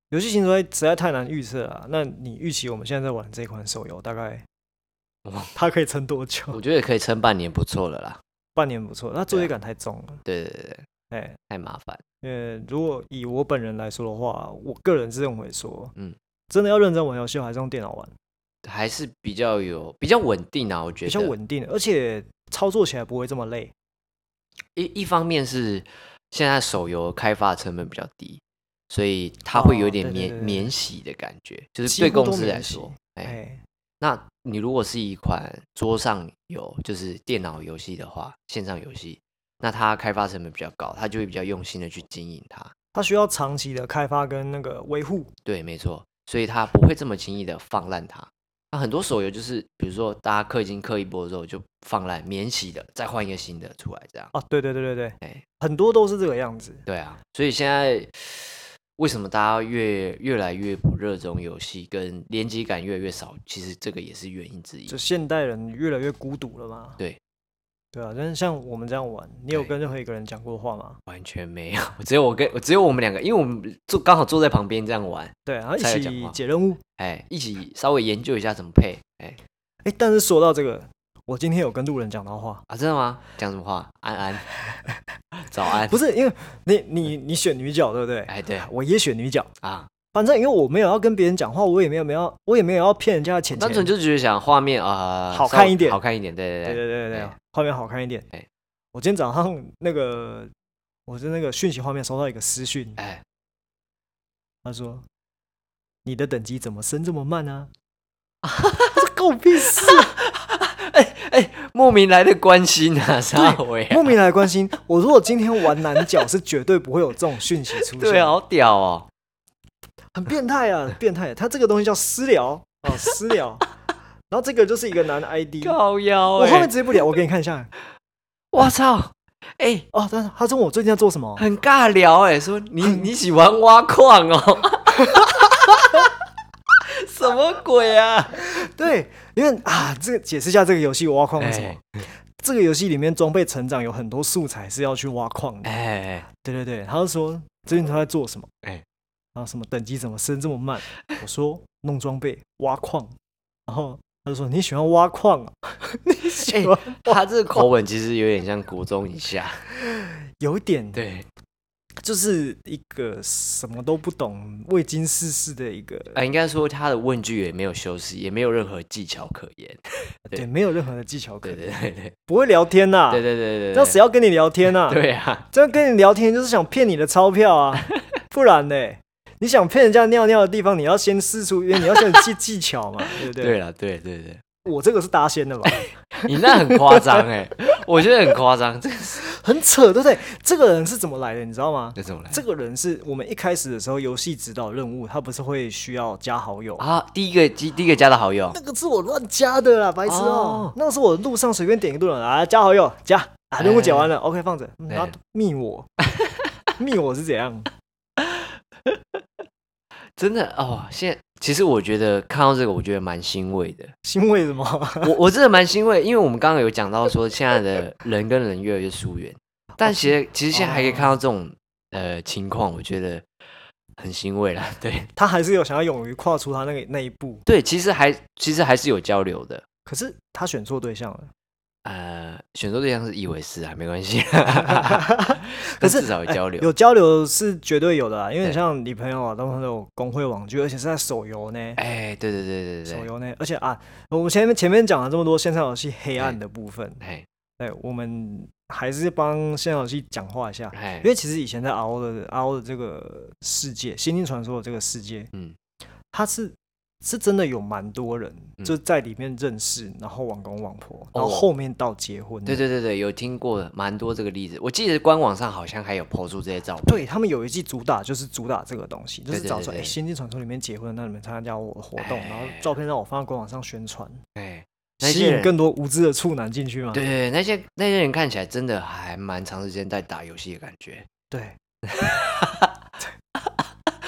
[SPEAKER 2] 游戏薪水实在太难预测了啊。那你预期我们现在在玩这款手游，大概
[SPEAKER 1] 哇
[SPEAKER 2] 它可以撑多
[SPEAKER 1] 我
[SPEAKER 2] 久？
[SPEAKER 1] 觉得可以撑半年不错了啦。
[SPEAKER 2] 半年不错，那作业
[SPEAKER 1] 对啊
[SPEAKER 2] 感太重了，
[SPEAKER 1] 对对对，对
[SPEAKER 2] 哎、
[SPEAKER 1] 太麻烦。
[SPEAKER 2] 呃，如果以我本人来说的话，我个人是认为说，嗯
[SPEAKER 1] 嗯，
[SPEAKER 2] 真的要认真玩游戏，我还是用电脑玩。
[SPEAKER 1] 还是比较有比较稳定啊，我觉得
[SPEAKER 2] 比较。稳定，而且操作起来不会这么累。
[SPEAKER 1] 一一方面是现在手游开发成本比较低，所以它会有
[SPEAKER 2] 哦
[SPEAKER 1] 点
[SPEAKER 2] 对对
[SPEAKER 1] 免、
[SPEAKER 2] 对对
[SPEAKER 1] 免洗的感觉，就
[SPEAKER 2] 几
[SPEAKER 1] 是对
[SPEAKER 2] 乎
[SPEAKER 1] 公
[SPEAKER 2] 都
[SPEAKER 1] 司
[SPEAKER 2] 免
[SPEAKER 1] 来
[SPEAKER 2] 洗
[SPEAKER 1] 说，哎、
[SPEAKER 2] 哎，
[SPEAKER 1] 那你如果是一款桌上有就是电脑游戏的话，线上游戏，那它开发成本比较高，它就会比较用心的去经营它。
[SPEAKER 2] 它需要长期的开发跟那个维护。
[SPEAKER 1] 对，没错，所以他不会这么轻易的放烂它。那、很多手游就是，比如说大家氪金氪一波之后就放烂，免洗的，再换一个新的出来，这样。
[SPEAKER 2] 啊，对对对对对
[SPEAKER 1] 哎，
[SPEAKER 2] 很多都是这个样子。
[SPEAKER 1] 对啊，所以现在为什么大家越越来越不热衷游戏，跟联机感越来越少，其实这个也是原因之一
[SPEAKER 2] 就。现代人越来越孤独了嘛。
[SPEAKER 1] 对。
[SPEAKER 2] 对啊，但是像我们这样玩，你有
[SPEAKER 1] 对
[SPEAKER 2] 跟任何一个人讲过话吗？
[SPEAKER 1] 完全没有，只有我跟只有我们两个，因为我们坐刚好坐在旁边这样玩，
[SPEAKER 2] 对，啊然后一
[SPEAKER 1] 才有讲
[SPEAKER 2] 起
[SPEAKER 1] 话
[SPEAKER 2] 解任务。
[SPEAKER 1] 哎，一起稍微研究一下怎么配，哎
[SPEAKER 2] 哎，但是说到这个，我今天有跟路人讲到话，
[SPEAKER 1] 啊，真的吗？讲什么话？安 *laughs* 安，早安，
[SPEAKER 2] 不是因为你你你选女角对不对？
[SPEAKER 1] *laughs* 哎，对
[SPEAKER 2] 我也选女角，
[SPEAKER 1] 啊，
[SPEAKER 2] 反正因为我没有要跟别人讲话，我也没有没有要我也没有要骗人家的钱钱。
[SPEAKER 1] 单纯就觉得想画面啊、呃
[SPEAKER 2] 好
[SPEAKER 1] 稍
[SPEAKER 2] 看
[SPEAKER 1] 微
[SPEAKER 2] 一点
[SPEAKER 1] 好看一点，对对
[SPEAKER 2] 对
[SPEAKER 1] 对，
[SPEAKER 2] 对对对对
[SPEAKER 1] 哎，
[SPEAKER 2] 画面好看一点。
[SPEAKER 1] 哎
[SPEAKER 2] 我今天早上那个，我是那个讯息画面收到一个私讯，
[SPEAKER 1] 哎，
[SPEAKER 2] 他说：“你的等
[SPEAKER 1] *laughs*
[SPEAKER 2] 级怎么升这么慢呢、啊？”这关我屁事啊！
[SPEAKER 1] *laughs* 莫名来的关心啊，啥回啊？
[SPEAKER 2] 莫名来的关心。我如果今天玩男角，是绝对不会有这种讯息出现。
[SPEAKER 1] 对啊，，好屌 *laughs* 哦！
[SPEAKER 2] 很变态
[SPEAKER 1] *laughs*
[SPEAKER 2] 啊，很变态。他这个东西叫私聊哦，私聊。然后这个就是一个男的 ID，
[SPEAKER 1] 靠腰
[SPEAKER 2] 我后面
[SPEAKER 1] 哎、
[SPEAKER 2] 直接不聊，我给你看一下。
[SPEAKER 1] 我操！哎、
[SPEAKER 2] 哦，但是他问我最近在做什么，
[SPEAKER 1] 很尬聊哎、说你你喜欢挖矿
[SPEAKER 2] *laughs*
[SPEAKER 1] 哦？什么鬼啊？
[SPEAKER 2] 对，因为啊，这个解释一下这个游戏挖矿是什么。
[SPEAKER 1] 哎
[SPEAKER 2] 这个游戏里面装备成长有很多素材是要去挖矿的。
[SPEAKER 1] 哎
[SPEAKER 2] 对对对，他就说最近他在做什么？
[SPEAKER 1] 哎
[SPEAKER 2] 然后什么等级怎么升这
[SPEAKER 1] *laughs*
[SPEAKER 2] 么慢？我说弄装备挖矿，然后他就说你喜欢挖
[SPEAKER 1] *laughs*
[SPEAKER 2] 矿啊？你喜欢、
[SPEAKER 1] 他这个口吻其实有点像国中以下，
[SPEAKER 2] 有一点
[SPEAKER 1] 对，
[SPEAKER 2] 就是一个什么都不懂、未经世事的一个，
[SPEAKER 1] 啊，应该说他的问句也没有修饰，也没有任何技巧可言，
[SPEAKER 2] 对，没有任何的技巧可
[SPEAKER 1] 对
[SPEAKER 2] 言，
[SPEAKER 1] 对对
[SPEAKER 2] *laughs*
[SPEAKER 1] 对
[SPEAKER 2] 不会聊天呐、
[SPEAKER 1] 对对对对，
[SPEAKER 2] 那啊谁要跟你聊天呐、
[SPEAKER 1] *laughs* 对啊，
[SPEAKER 2] 这跟你聊天就是想骗你的钞
[SPEAKER 1] *laughs*
[SPEAKER 2] 票啊，不然呢？你想骗人家尿尿的地方，你要先试出，因为你要先有技技
[SPEAKER 1] *laughs*
[SPEAKER 2] 巧嘛，对不对？
[SPEAKER 1] 对了，对对对，
[SPEAKER 2] 我这个是搭
[SPEAKER 1] *laughs*
[SPEAKER 2] 仙的吧？
[SPEAKER 1] 你那很夸张哎，我觉得很夸张，这个是
[SPEAKER 2] 很扯，对不对？这个人是怎么来的，你知道吗？
[SPEAKER 1] 这怎么来？
[SPEAKER 2] 这个人是我们一开始的时候游戏指导任务，他不是会需要加好友？
[SPEAKER 1] 啊，第一个第第一个加的好友
[SPEAKER 2] 那个是我乱加的啦，白痴哦、
[SPEAKER 1] 哦
[SPEAKER 2] 那个是我路上随便点一个路人啊，加好友加啊，任务解完了、o k 放着，嗯
[SPEAKER 1] 哎
[SPEAKER 2] 然后密
[SPEAKER 1] *laughs*
[SPEAKER 2] 我，密我是怎样？
[SPEAKER 1] 真的哦，现在其实我觉得看到这个，我觉得蛮欣慰的。
[SPEAKER 2] 欣慰什么？ *laughs*
[SPEAKER 1] 我我真的蛮欣慰，因为我们刚刚有讲到说现在
[SPEAKER 2] *laughs*
[SPEAKER 1] 的人跟人越来越疏远，但其实其实现在还可以看到这种呃情况，我觉得很欣慰啦。 *laughs* 对
[SPEAKER 2] 他还是有想要勇于跨出他那个那一步，
[SPEAKER 1] 对，其实还其实还是有交流的。
[SPEAKER 2] 可是他选错
[SPEAKER 1] *laughs*
[SPEAKER 2] 对象了。 *laughs*
[SPEAKER 1] 呃，选择对象是以为是啊，没关系， *laughs*
[SPEAKER 2] 可
[SPEAKER 1] 但
[SPEAKER 2] 是
[SPEAKER 1] 至少有
[SPEAKER 2] 哎
[SPEAKER 1] 交流。
[SPEAKER 2] 有交流是绝对有的啊，因为你
[SPEAKER 1] 对
[SPEAKER 2] 像你朋友啊，他们都有工会网剧，而且是在手游呢，
[SPEAKER 1] 哎、对对对对
[SPEAKER 2] 手
[SPEAKER 1] 对对，
[SPEAKER 2] 游呢，而且啊，我们前面前面讲了这么多线上游戏黑暗的部分，
[SPEAKER 1] 哎
[SPEAKER 2] 对，我们还是帮线上游戏讲话一下，
[SPEAKER 1] 哎
[SPEAKER 2] 啊因，为其实以前在 RO 的 RO 的这个世界，《仙境传说》的这个世界，
[SPEAKER 1] 嗯，
[SPEAKER 2] 它是是真的有蛮多人、
[SPEAKER 1] 嗯
[SPEAKER 2] 就在里面认识，然后网公网婆，
[SPEAKER 1] 哦
[SPEAKER 2] 然后后面到结婚的，
[SPEAKER 1] 对对对对，有听过蛮多这个例子，我记得官网上好像还有抛出这些照片。
[SPEAKER 2] 对他们有一季主打就是主打这个东西，就是
[SPEAKER 1] 对对
[SPEAKER 2] 找
[SPEAKER 1] 对
[SPEAKER 2] 说，哎，
[SPEAKER 1] 对
[SPEAKER 2] 《仙境传说》里面结婚，那你们参加我的活动，然后
[SPEAKER 1] 哎
[SPEAKER 2] 照片让我放到官网上宣传，
[SPEAKER 1] 哎，那
[SPEAKER 2] 吸
[SPEAKER 1] 些
[SPEAKER 2] 引
[SPEAKER 1] 人
[SPEAKER 2] 更多无知的处男进去嘛。
[SPEAKER 1] 对对，对那些那些人看起来真的还蛮长时间在打游戏的感觉。
[SPEAKER 2] 对， *laughs*
[SPEAKER 1] *laughs*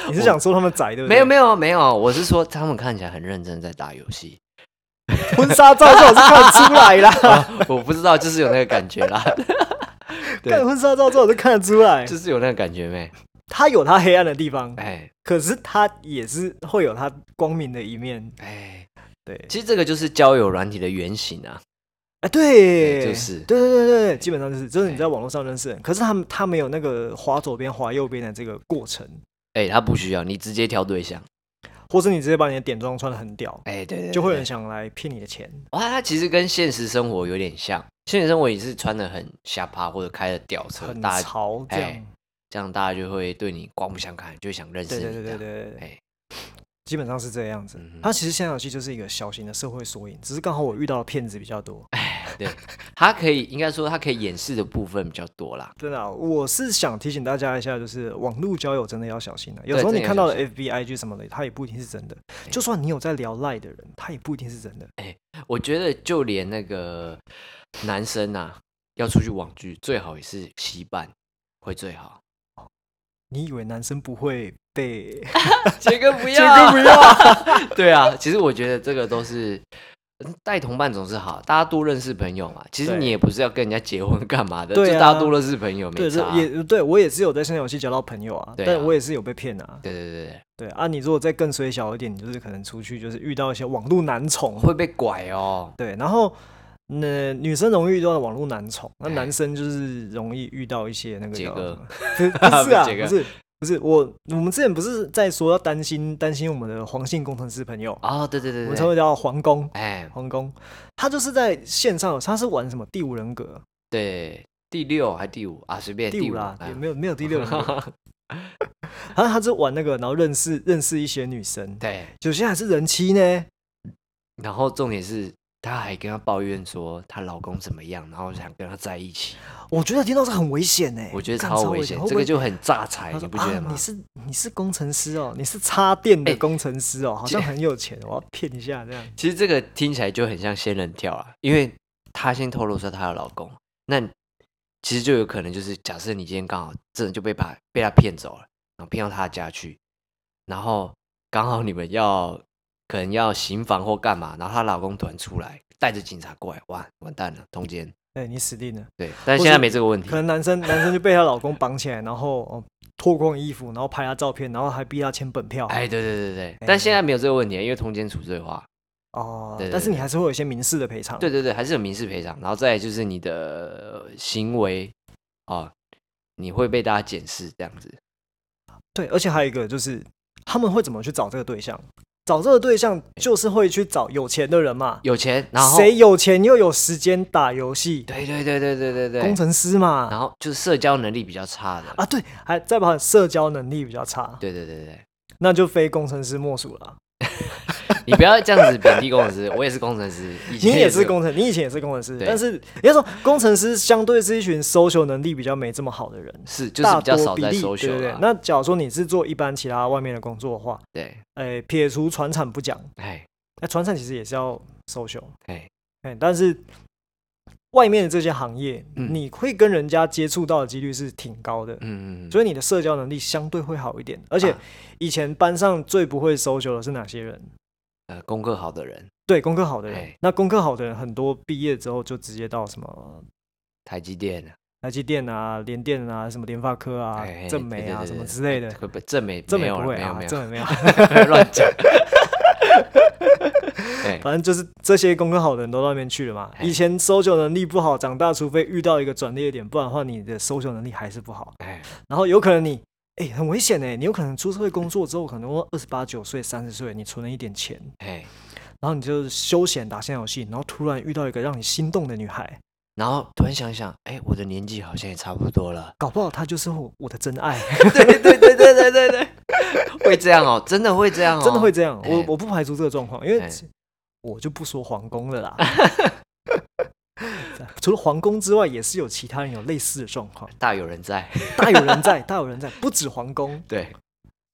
[SPEAKER 2] 你是想说他们宅对不对？
[SPEAKER 1] 没有没有没有，我是说他们看起来很认真在打游戏，
[SPEAKER 2] 有， *laughs* 婚纱照这我是看得出来啦，
[SPEAKER 1] 啊我不知道，就是有那个感觉
[SPEAKER 2] *laughs*
[SPEAKER 1] 啦， *laughs* 对
[SPEAKER 2] 看婚纱照这我是看得出来，
[SPEAKER 1] 就是有那个感觉没？
[SPEAKER 2] 他有他黑暗的地方，
[SPEAKER 1] 哎
[SPEAKER 2] 可是他也是会有他光明的一面。
[SPEAKER 1] 哎，
[SPEAKER 2] 对，
[SPEAKER 1] 其实这个就是交友软体的原型啊。
[SPEAKER 2] 哎，对，
[SPEAKER 1] 哎就是
[SPEAKER 2] 对对对对，基本上就是，就是你
[SPEAKER 1] 哎
[SPEAKER 2] 在网络上认识人，可是他们他没有那个滑左边滑右边的这个过程，
[SPEAKER 1] 哎，他不需要你直接挑对象。
[SPEAKER 2] 或是你直接把你的点装穿的很屌，
[SPEAKER 1] 哎，对对对，
[SPEAKER 2] 就会有
[SPEAKER 1] 对
[SPEAKER 2] 人想来骗你的钱。
[SPEAKER 1] 哇，它其实跟现实生活有点像，现实生活也是穿的很下趴或者开的吊车，
[SPEAKER 2] 很
[SPEAKER 1] 大家
[SPEAKER 2] 潮这样
[SPEAKER 1] 哎。这样大家就会对你刮目相看，就想认识
[SPEAKER 2] 对
[SPEAKER 1] 你
[SPEAKER 2] 对
[SPEAKER 1] 这
[SPEAKER 2] 对
[SPEAKER 1] 样。
[SPEAKER 2] 对对对
[SPEAKER 1] 哎，
[SPEAKER 2] 基本上是这样子
[SPEAKER 1] 嗯。哼
[SPEAKER 2] 它其实现在游戏就是一个小型的社会缩影，只是刚好我遇到的骗子比较多。
[SPEAKER 1] 哎对，它可以应该说它可以掩饰的部分比较多啦。
[SPEAKER 2] 真的啊、我是想提醒大家一下，就是网络交友真的要小心啊。有
[SPEAKER 1] 对
[SPEAKER 2] 时
[SPEAKER 1] 真
[SPEAKER 2] 候
[SPEAKER 1] 的
[SPEAKER 2] 你
[SPEAKER 1] 要
[SPEAKER 2] 看到
[SPEAKER 1] 小哎
[SPEAKER 2] 的 FB、IG 什么的，它也不一定是真的。就算你有在聊赖的人，他也不一定是真的。
[SPEAKER 1] 我觉得就连那个男生啊，要出去网剧，最好也是稀办会最好。
[SPEAKER 2] 你以为男生不会被？
[SPEAKER 1] 杰哥不
[SPEAKER 2] 杰哥不
[SPEAKER 1] 要，对啊，其实我觉得这个都是。嗯带同伴总是好，大家多认识朋友嘛。其实
[SPEAKER 2] 对
[SPEAKER 1] 你也不是要跟人家结婚干嘛的，
[SPEAKER 2] 对啊
[SPEAKER 1] 就大家多认识朋友没
[SPEAKER 2] 对，
[SPEAKER 1] 差
[SPEAKER 2] 这
[SPEAKER 1] 啊。
[SPEAKER 2] 也对我也是有在线上游戏交到朋友啊，
[SPEAKER 1] 对啊
[SPEAKER 2] 但我也是有被骗啊。
[SPEAKER 1] 对对对对，
[SPEAKER 2] 对啊，你如果再更水小一点，你就是可能出去就是遇到一些网络男宠，
[SPEAKER 1] 会被拐哦。
[SPEAKER 2] 对，然后那、女生容易遇到网络男宠，那
[SPEAKER 1] 哎
[SPEAKER 2] 男生就是容易遇到一些那个
[SPEAKER 1] 杰
[SPEAKER 2] 叫
[SPEAKER 1] 哥
[SPEAKER 2] 什么，不是不是
[SPEAKER 1] *laughs*
[SPEAKER 2] 啊，
[SPEAKER 1] 杰哥
[SPEAKER 2] 不是不是我我们之前不是在说要担心担心我们的黄姓工程师朋友，啊
[SPEAKER 1] 哦，对对
[SPEAKER 2] 我
[SPEAKER 1] 对
[SPEAKER 2] 们
[SPEAKER 1] 对
[SPEAKER 2] 称
[SPEAKER 1] 对，
[SPEAKER 2] 为叫黄工。
[SPEAKER 1] 哎，
[SPEAKER 2] 黄工，他就是在线上，他是玩什么第五人格，
[SPEAKER 1] 对，第六还第五啊，随便
[SPEAKER 2] 第五啦，
[SPEAKER 1] 哎
[SPEAKER 2] 也没有没有第
[SPEAKER 1] *laughs*
[SPEAKER 2] 六人格，然后他就玩那个，然后认识认识一些女生，
[SPEAKER 1] 对，
[SPEAKER 2] 有些还是人妻呢，
[SPEAKER 1] 然后重点是她还跟她抱怨说她老公怎么样，然后想跟他在一起。
[SPEAKER 2] 我觉得听到这很危险哎、
[SPEAKER 1] 我觉得
[SPEAKER 2] 干
[SPEAKER 1] 超危险
[SPEAKER 2] 会，不
[SPEAKER 1] 这个
[SPEAKER 2] 会
[SPEAKER 1] 就很榨财，
[SPEAKER 2] 他
[SPEAKER 1] 你
[SPEAKER 2] 说
[SPEAKER 1] 不觉得
[SPEAKER 2] 啊、
[SPEAKER 1] 吗
[SPEAKER 2] 你？是你是工程师哦，你是插电的
[SPEAKER 1] 哎
[SPEAKER 2] 工程师哦，好
[SPEAKER 1] 这
[SPEAKER 2] 像很有钱，我要骗一下
[SPEAKER 1] *laughs*
[SPEAKER 2] 这样。
[SPEAKER 1] 其实这个听起来就很像仙人跳啊，因为她先透露说她有老公，那你其实就有可能就是，假设你今天刚好真的就被把被他骗走了，然后骗到他家去，然后刚好你们要可能要行房或干嘛，然后她老公突然出来，带着警察过来，哇，完蛋了，通奸。
[SPEAKER 2] 哎、你死定了！
[SPEAKER 1] 对，但
[SPEAKER 2] 或
[SPEAKER 1] 现在
[SPEAKER 2] 是
[SPEAKER 1] 没这个问题
[SPEAKER 2] 可。能男生男生就被她老公绑起来，然后哦脱光衣服，然后拍她照片，然后还逼她签本票。
[SPEAKER 1] 哎，对对对对，但现在没有这个问题，因为通奸处罪化。
[SPEAKER 2] 哦，
[SPEAKER 1] 对对
[SPEAKER 2] 但是
[SPEAKER 1] 对
[SPEAKER 2] 你还是会有一些民事的赔偿。
[SPEAKER 1] 对对对，还是有民事赔偿，然后再来就是你的呃行为啊，你会被大家检视这样子。
[SPEAKER 2] 对，而且还有一个就是他们会怎么去找这个对象？找这个对象就是会去找有钱的人嘛，
[SPEAKER 1] 有钱，然后
[SPEAKER 2] 谁有钱又有时间打游戏，
[SPEAKER 1] 对对对对对对对
[SPEAKER 2] 工，程师嘛。
[SPEAKER 1] 然后就是社交能力比较差的。
[SPEAKER 2] 啊，对，还再把社交能力比较差，
[SPEAKER 1] 对对对对，
[SPEAKER 2] 那就非工程师莫属了。
[SPEAKER 1] 你不要这样子贬低工程师，我也是工程师，以
[SPEAKER 2] 你
[SPEAKER 1] 前
[SPEAKER 2] 也是
[SPEAKER 1] 工，
[SPEAKER 2] 工程，你以前也是工程师，
[SPEAKER 1] 对
[SPEAKER 2] 但是应该说工程师相对是一群 social 能力比较没这么好的人，
[SPEAKER 1] 是就是比较
[SPEAKER 2] 大
[SPEAKER 1] 少
[SPEAKER 2] 多比
[SPEAKER 1] 在
[SPEAKER 2] 例，对
[SPEAKER 1] social
[SPEAKER 2] 对对
[SPEAKER 1] 啦。。
[SPEAKER 2] 那假如说你是做一般其他外面的工作的话，
[SPEAKER 1] 对，
[SPEAKER 2] 哎，撇除船产不讲，
[SPEAKER 1] 哎
[SPEAKER 2] 那船产其实也是要 social，
[SPEAKER 1] 哎，
[SPEAKER 2] 哎，但是外面的这些行业，
[SPEAKER 1] 嗯
[SPEAKER 2] 你会跟人家接触到的几率是挺高的。
[SPEAKER 1] 嗯，
[SPEAKER 2] 所以你的社交能力相对会好一点，而且
[SPEAKER 1] 啊
[SPEAKER 2] 以前班上最不会 social 的是哪些人？
[SPEAKER 1] 呃，功课好的人，
[SPEAKER 2] 对，功课好的人
[SPEAKER 1] 哎。
[SPEAKER 2] 那功课好的人很多毕业之后就直接到什么
[SPEAKER 1] 台积电啊，
[SPEAKER 2] 台积电啊、联电啊、什么联发科啊
[SPEAKER 1] 哎、
[SPEAKER 2] 正美啊
[SPEAKER 1] 对对对
[SPEAKER 2] 什么
[SPEAKER 1] 对
[SPEAKER 2] 之类的。
[SPEAKER 1] 会不正美
[SPEAKER 2] 正
[SPEAKER 1] 没
[SPEAKER 2] 美
[SPEAKER 1] 有
[SPEAKER 2] 不
[SPEAKER 1] 了
[SPEAKER 2] 会
[SPEAKER 1] 没有
[SPEAKER 2] 啊
[SPEAKER 1] 没，有
[SPEAKER 2] 正美
[SPEAKER 1] *laughs*
[SPEAKER 2] 没有，
[SPEAKER 1] 乱讲。哎
[SPEAKER 2] 反正就是这些功课好的人都到那边去了嘛。
[SPEAKER 1] 哎
[SPEAKER 2] 以前 social 能力不好，长大除非遇到一个转捩点，不然的话你的 social 能力还是不好。
[SPEAKER 1] 哎，
[SPEAKER 2] 然后有可能你，哎、很危险哎，你有可能出社会工作之后，可能哦二十八九岁、三十岁，你存了一点钱，
[SPEAKER 1] 哎，
[SPEAKER 2] 然后你就休闲打线游戏，然后突然遇到一个让你心动的女孩，
[SPEAKER 1] 然后突然想一想，哎，我的年纪好像也差不多了。
[SPEAKER 2] 搞不好她就是我我的真爱， *laughs*
[SPEAKER 1] 对对对对对对对， *laughs* 会这样哦，真的会这样哦，
[SPEAKER 2] 真的会这样。我
[SPEAKER 1] 哎
[SPEAKER 2] 我不排除这个状况，因为
[SPEAKER 1] 哎
[SPEAKER 2] 我就不说皇宫了啦。 *laughs* 除了皇宫之外，也是有其他人有类似的状况，
[SPEAKER 1] 大有人在。
[SPEAKER 2] 大有人在，大有人在，不止皇宫。
[SPEAKER 1] 对，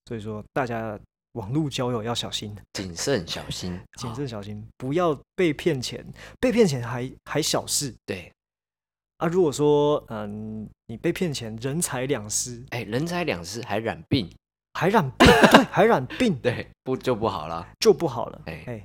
[SPEAKER 2] 所以说，大家网络交友要小心。
[SPEAKER 1] 谨慎小心，哦
[SPEAKER 2] 谨
[SPEAKER 1] 好
[SPEAKER 2] 慎小心，不要被骗钱。被骗钱还还小事
[SPEAKER 1] 对，
[SPEAKER 2] 啊！如果说嗯，你被骗钱，人财两失，
[SPEAKER 1] 哎，人财两失还染病，
[SPEAKER 2] 还染病， *coughs* 对，还染病
[SPEAKER 1] 对，不就不好了。
[SPEAKER 2] 就不好了。
[SPEAKER 1] 哎
[SPEAKER 2] 哎、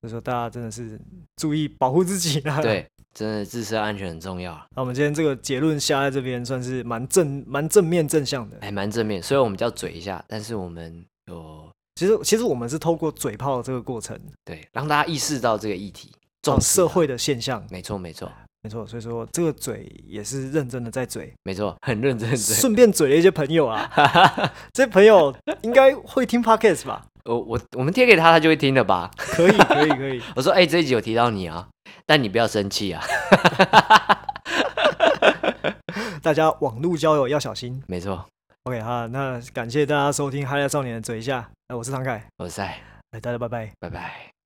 [SPEAKER 2] 所以说大家真的是注意保护自己啦。，
[SPEAKER 1] 对，真的自身安全很重要啊，
[SPEAKER 2] *laughs* 那我们今天这个结论下在这边算是蛮正、蛮正面、正向的。
[SPEAKER 1] 还蛮正面。虽然我们叫嘴一下，但是我们有
[SPEAKER 2] 其实，其实我们是透过嘴炮这个过程，
[SPEAKER 1] 对让大家意识到这个议题，
[SPEAKER 2] 重
[SPEAKER 1] 重视
[SPEAKER 2] 哦社
[SPEAKER 1] 它。
[SPEAKER 2] 会的现象，
[SPEAKER 1] 没错，没错，
[SPEAKER 2] 没错。所以说这个嘴也是认真的在嘴，
[SPEAKER 1] 没错，很认真。对，
[SPEAKER 2] 顺便嘴了一些朋友啊， *laughs* 这些朋友应该会听 podcast 吧？
[SPEAKER 1] 我我我们贴给他，他就会听的吧？ *laughs*
[SPEAKER 2] 可以，可以，可以。
[SPEAKER 1] 我说，哎、这一集有提到你啊，但你不要生气啊。 *laughs*
[SPEAKER 2] 大家网络交友要小心。
[SPEAKER 1] 没错，
[SPEAKER 2] OK 哈，那感谢大家收听《嗨赖少年的嘴一下》，哎，我是唐凯，
[SPEAKER 1] 我在，
[SPEAKER 2] 哎，大家拜拜。
[SPEAKER 1] 拜拜。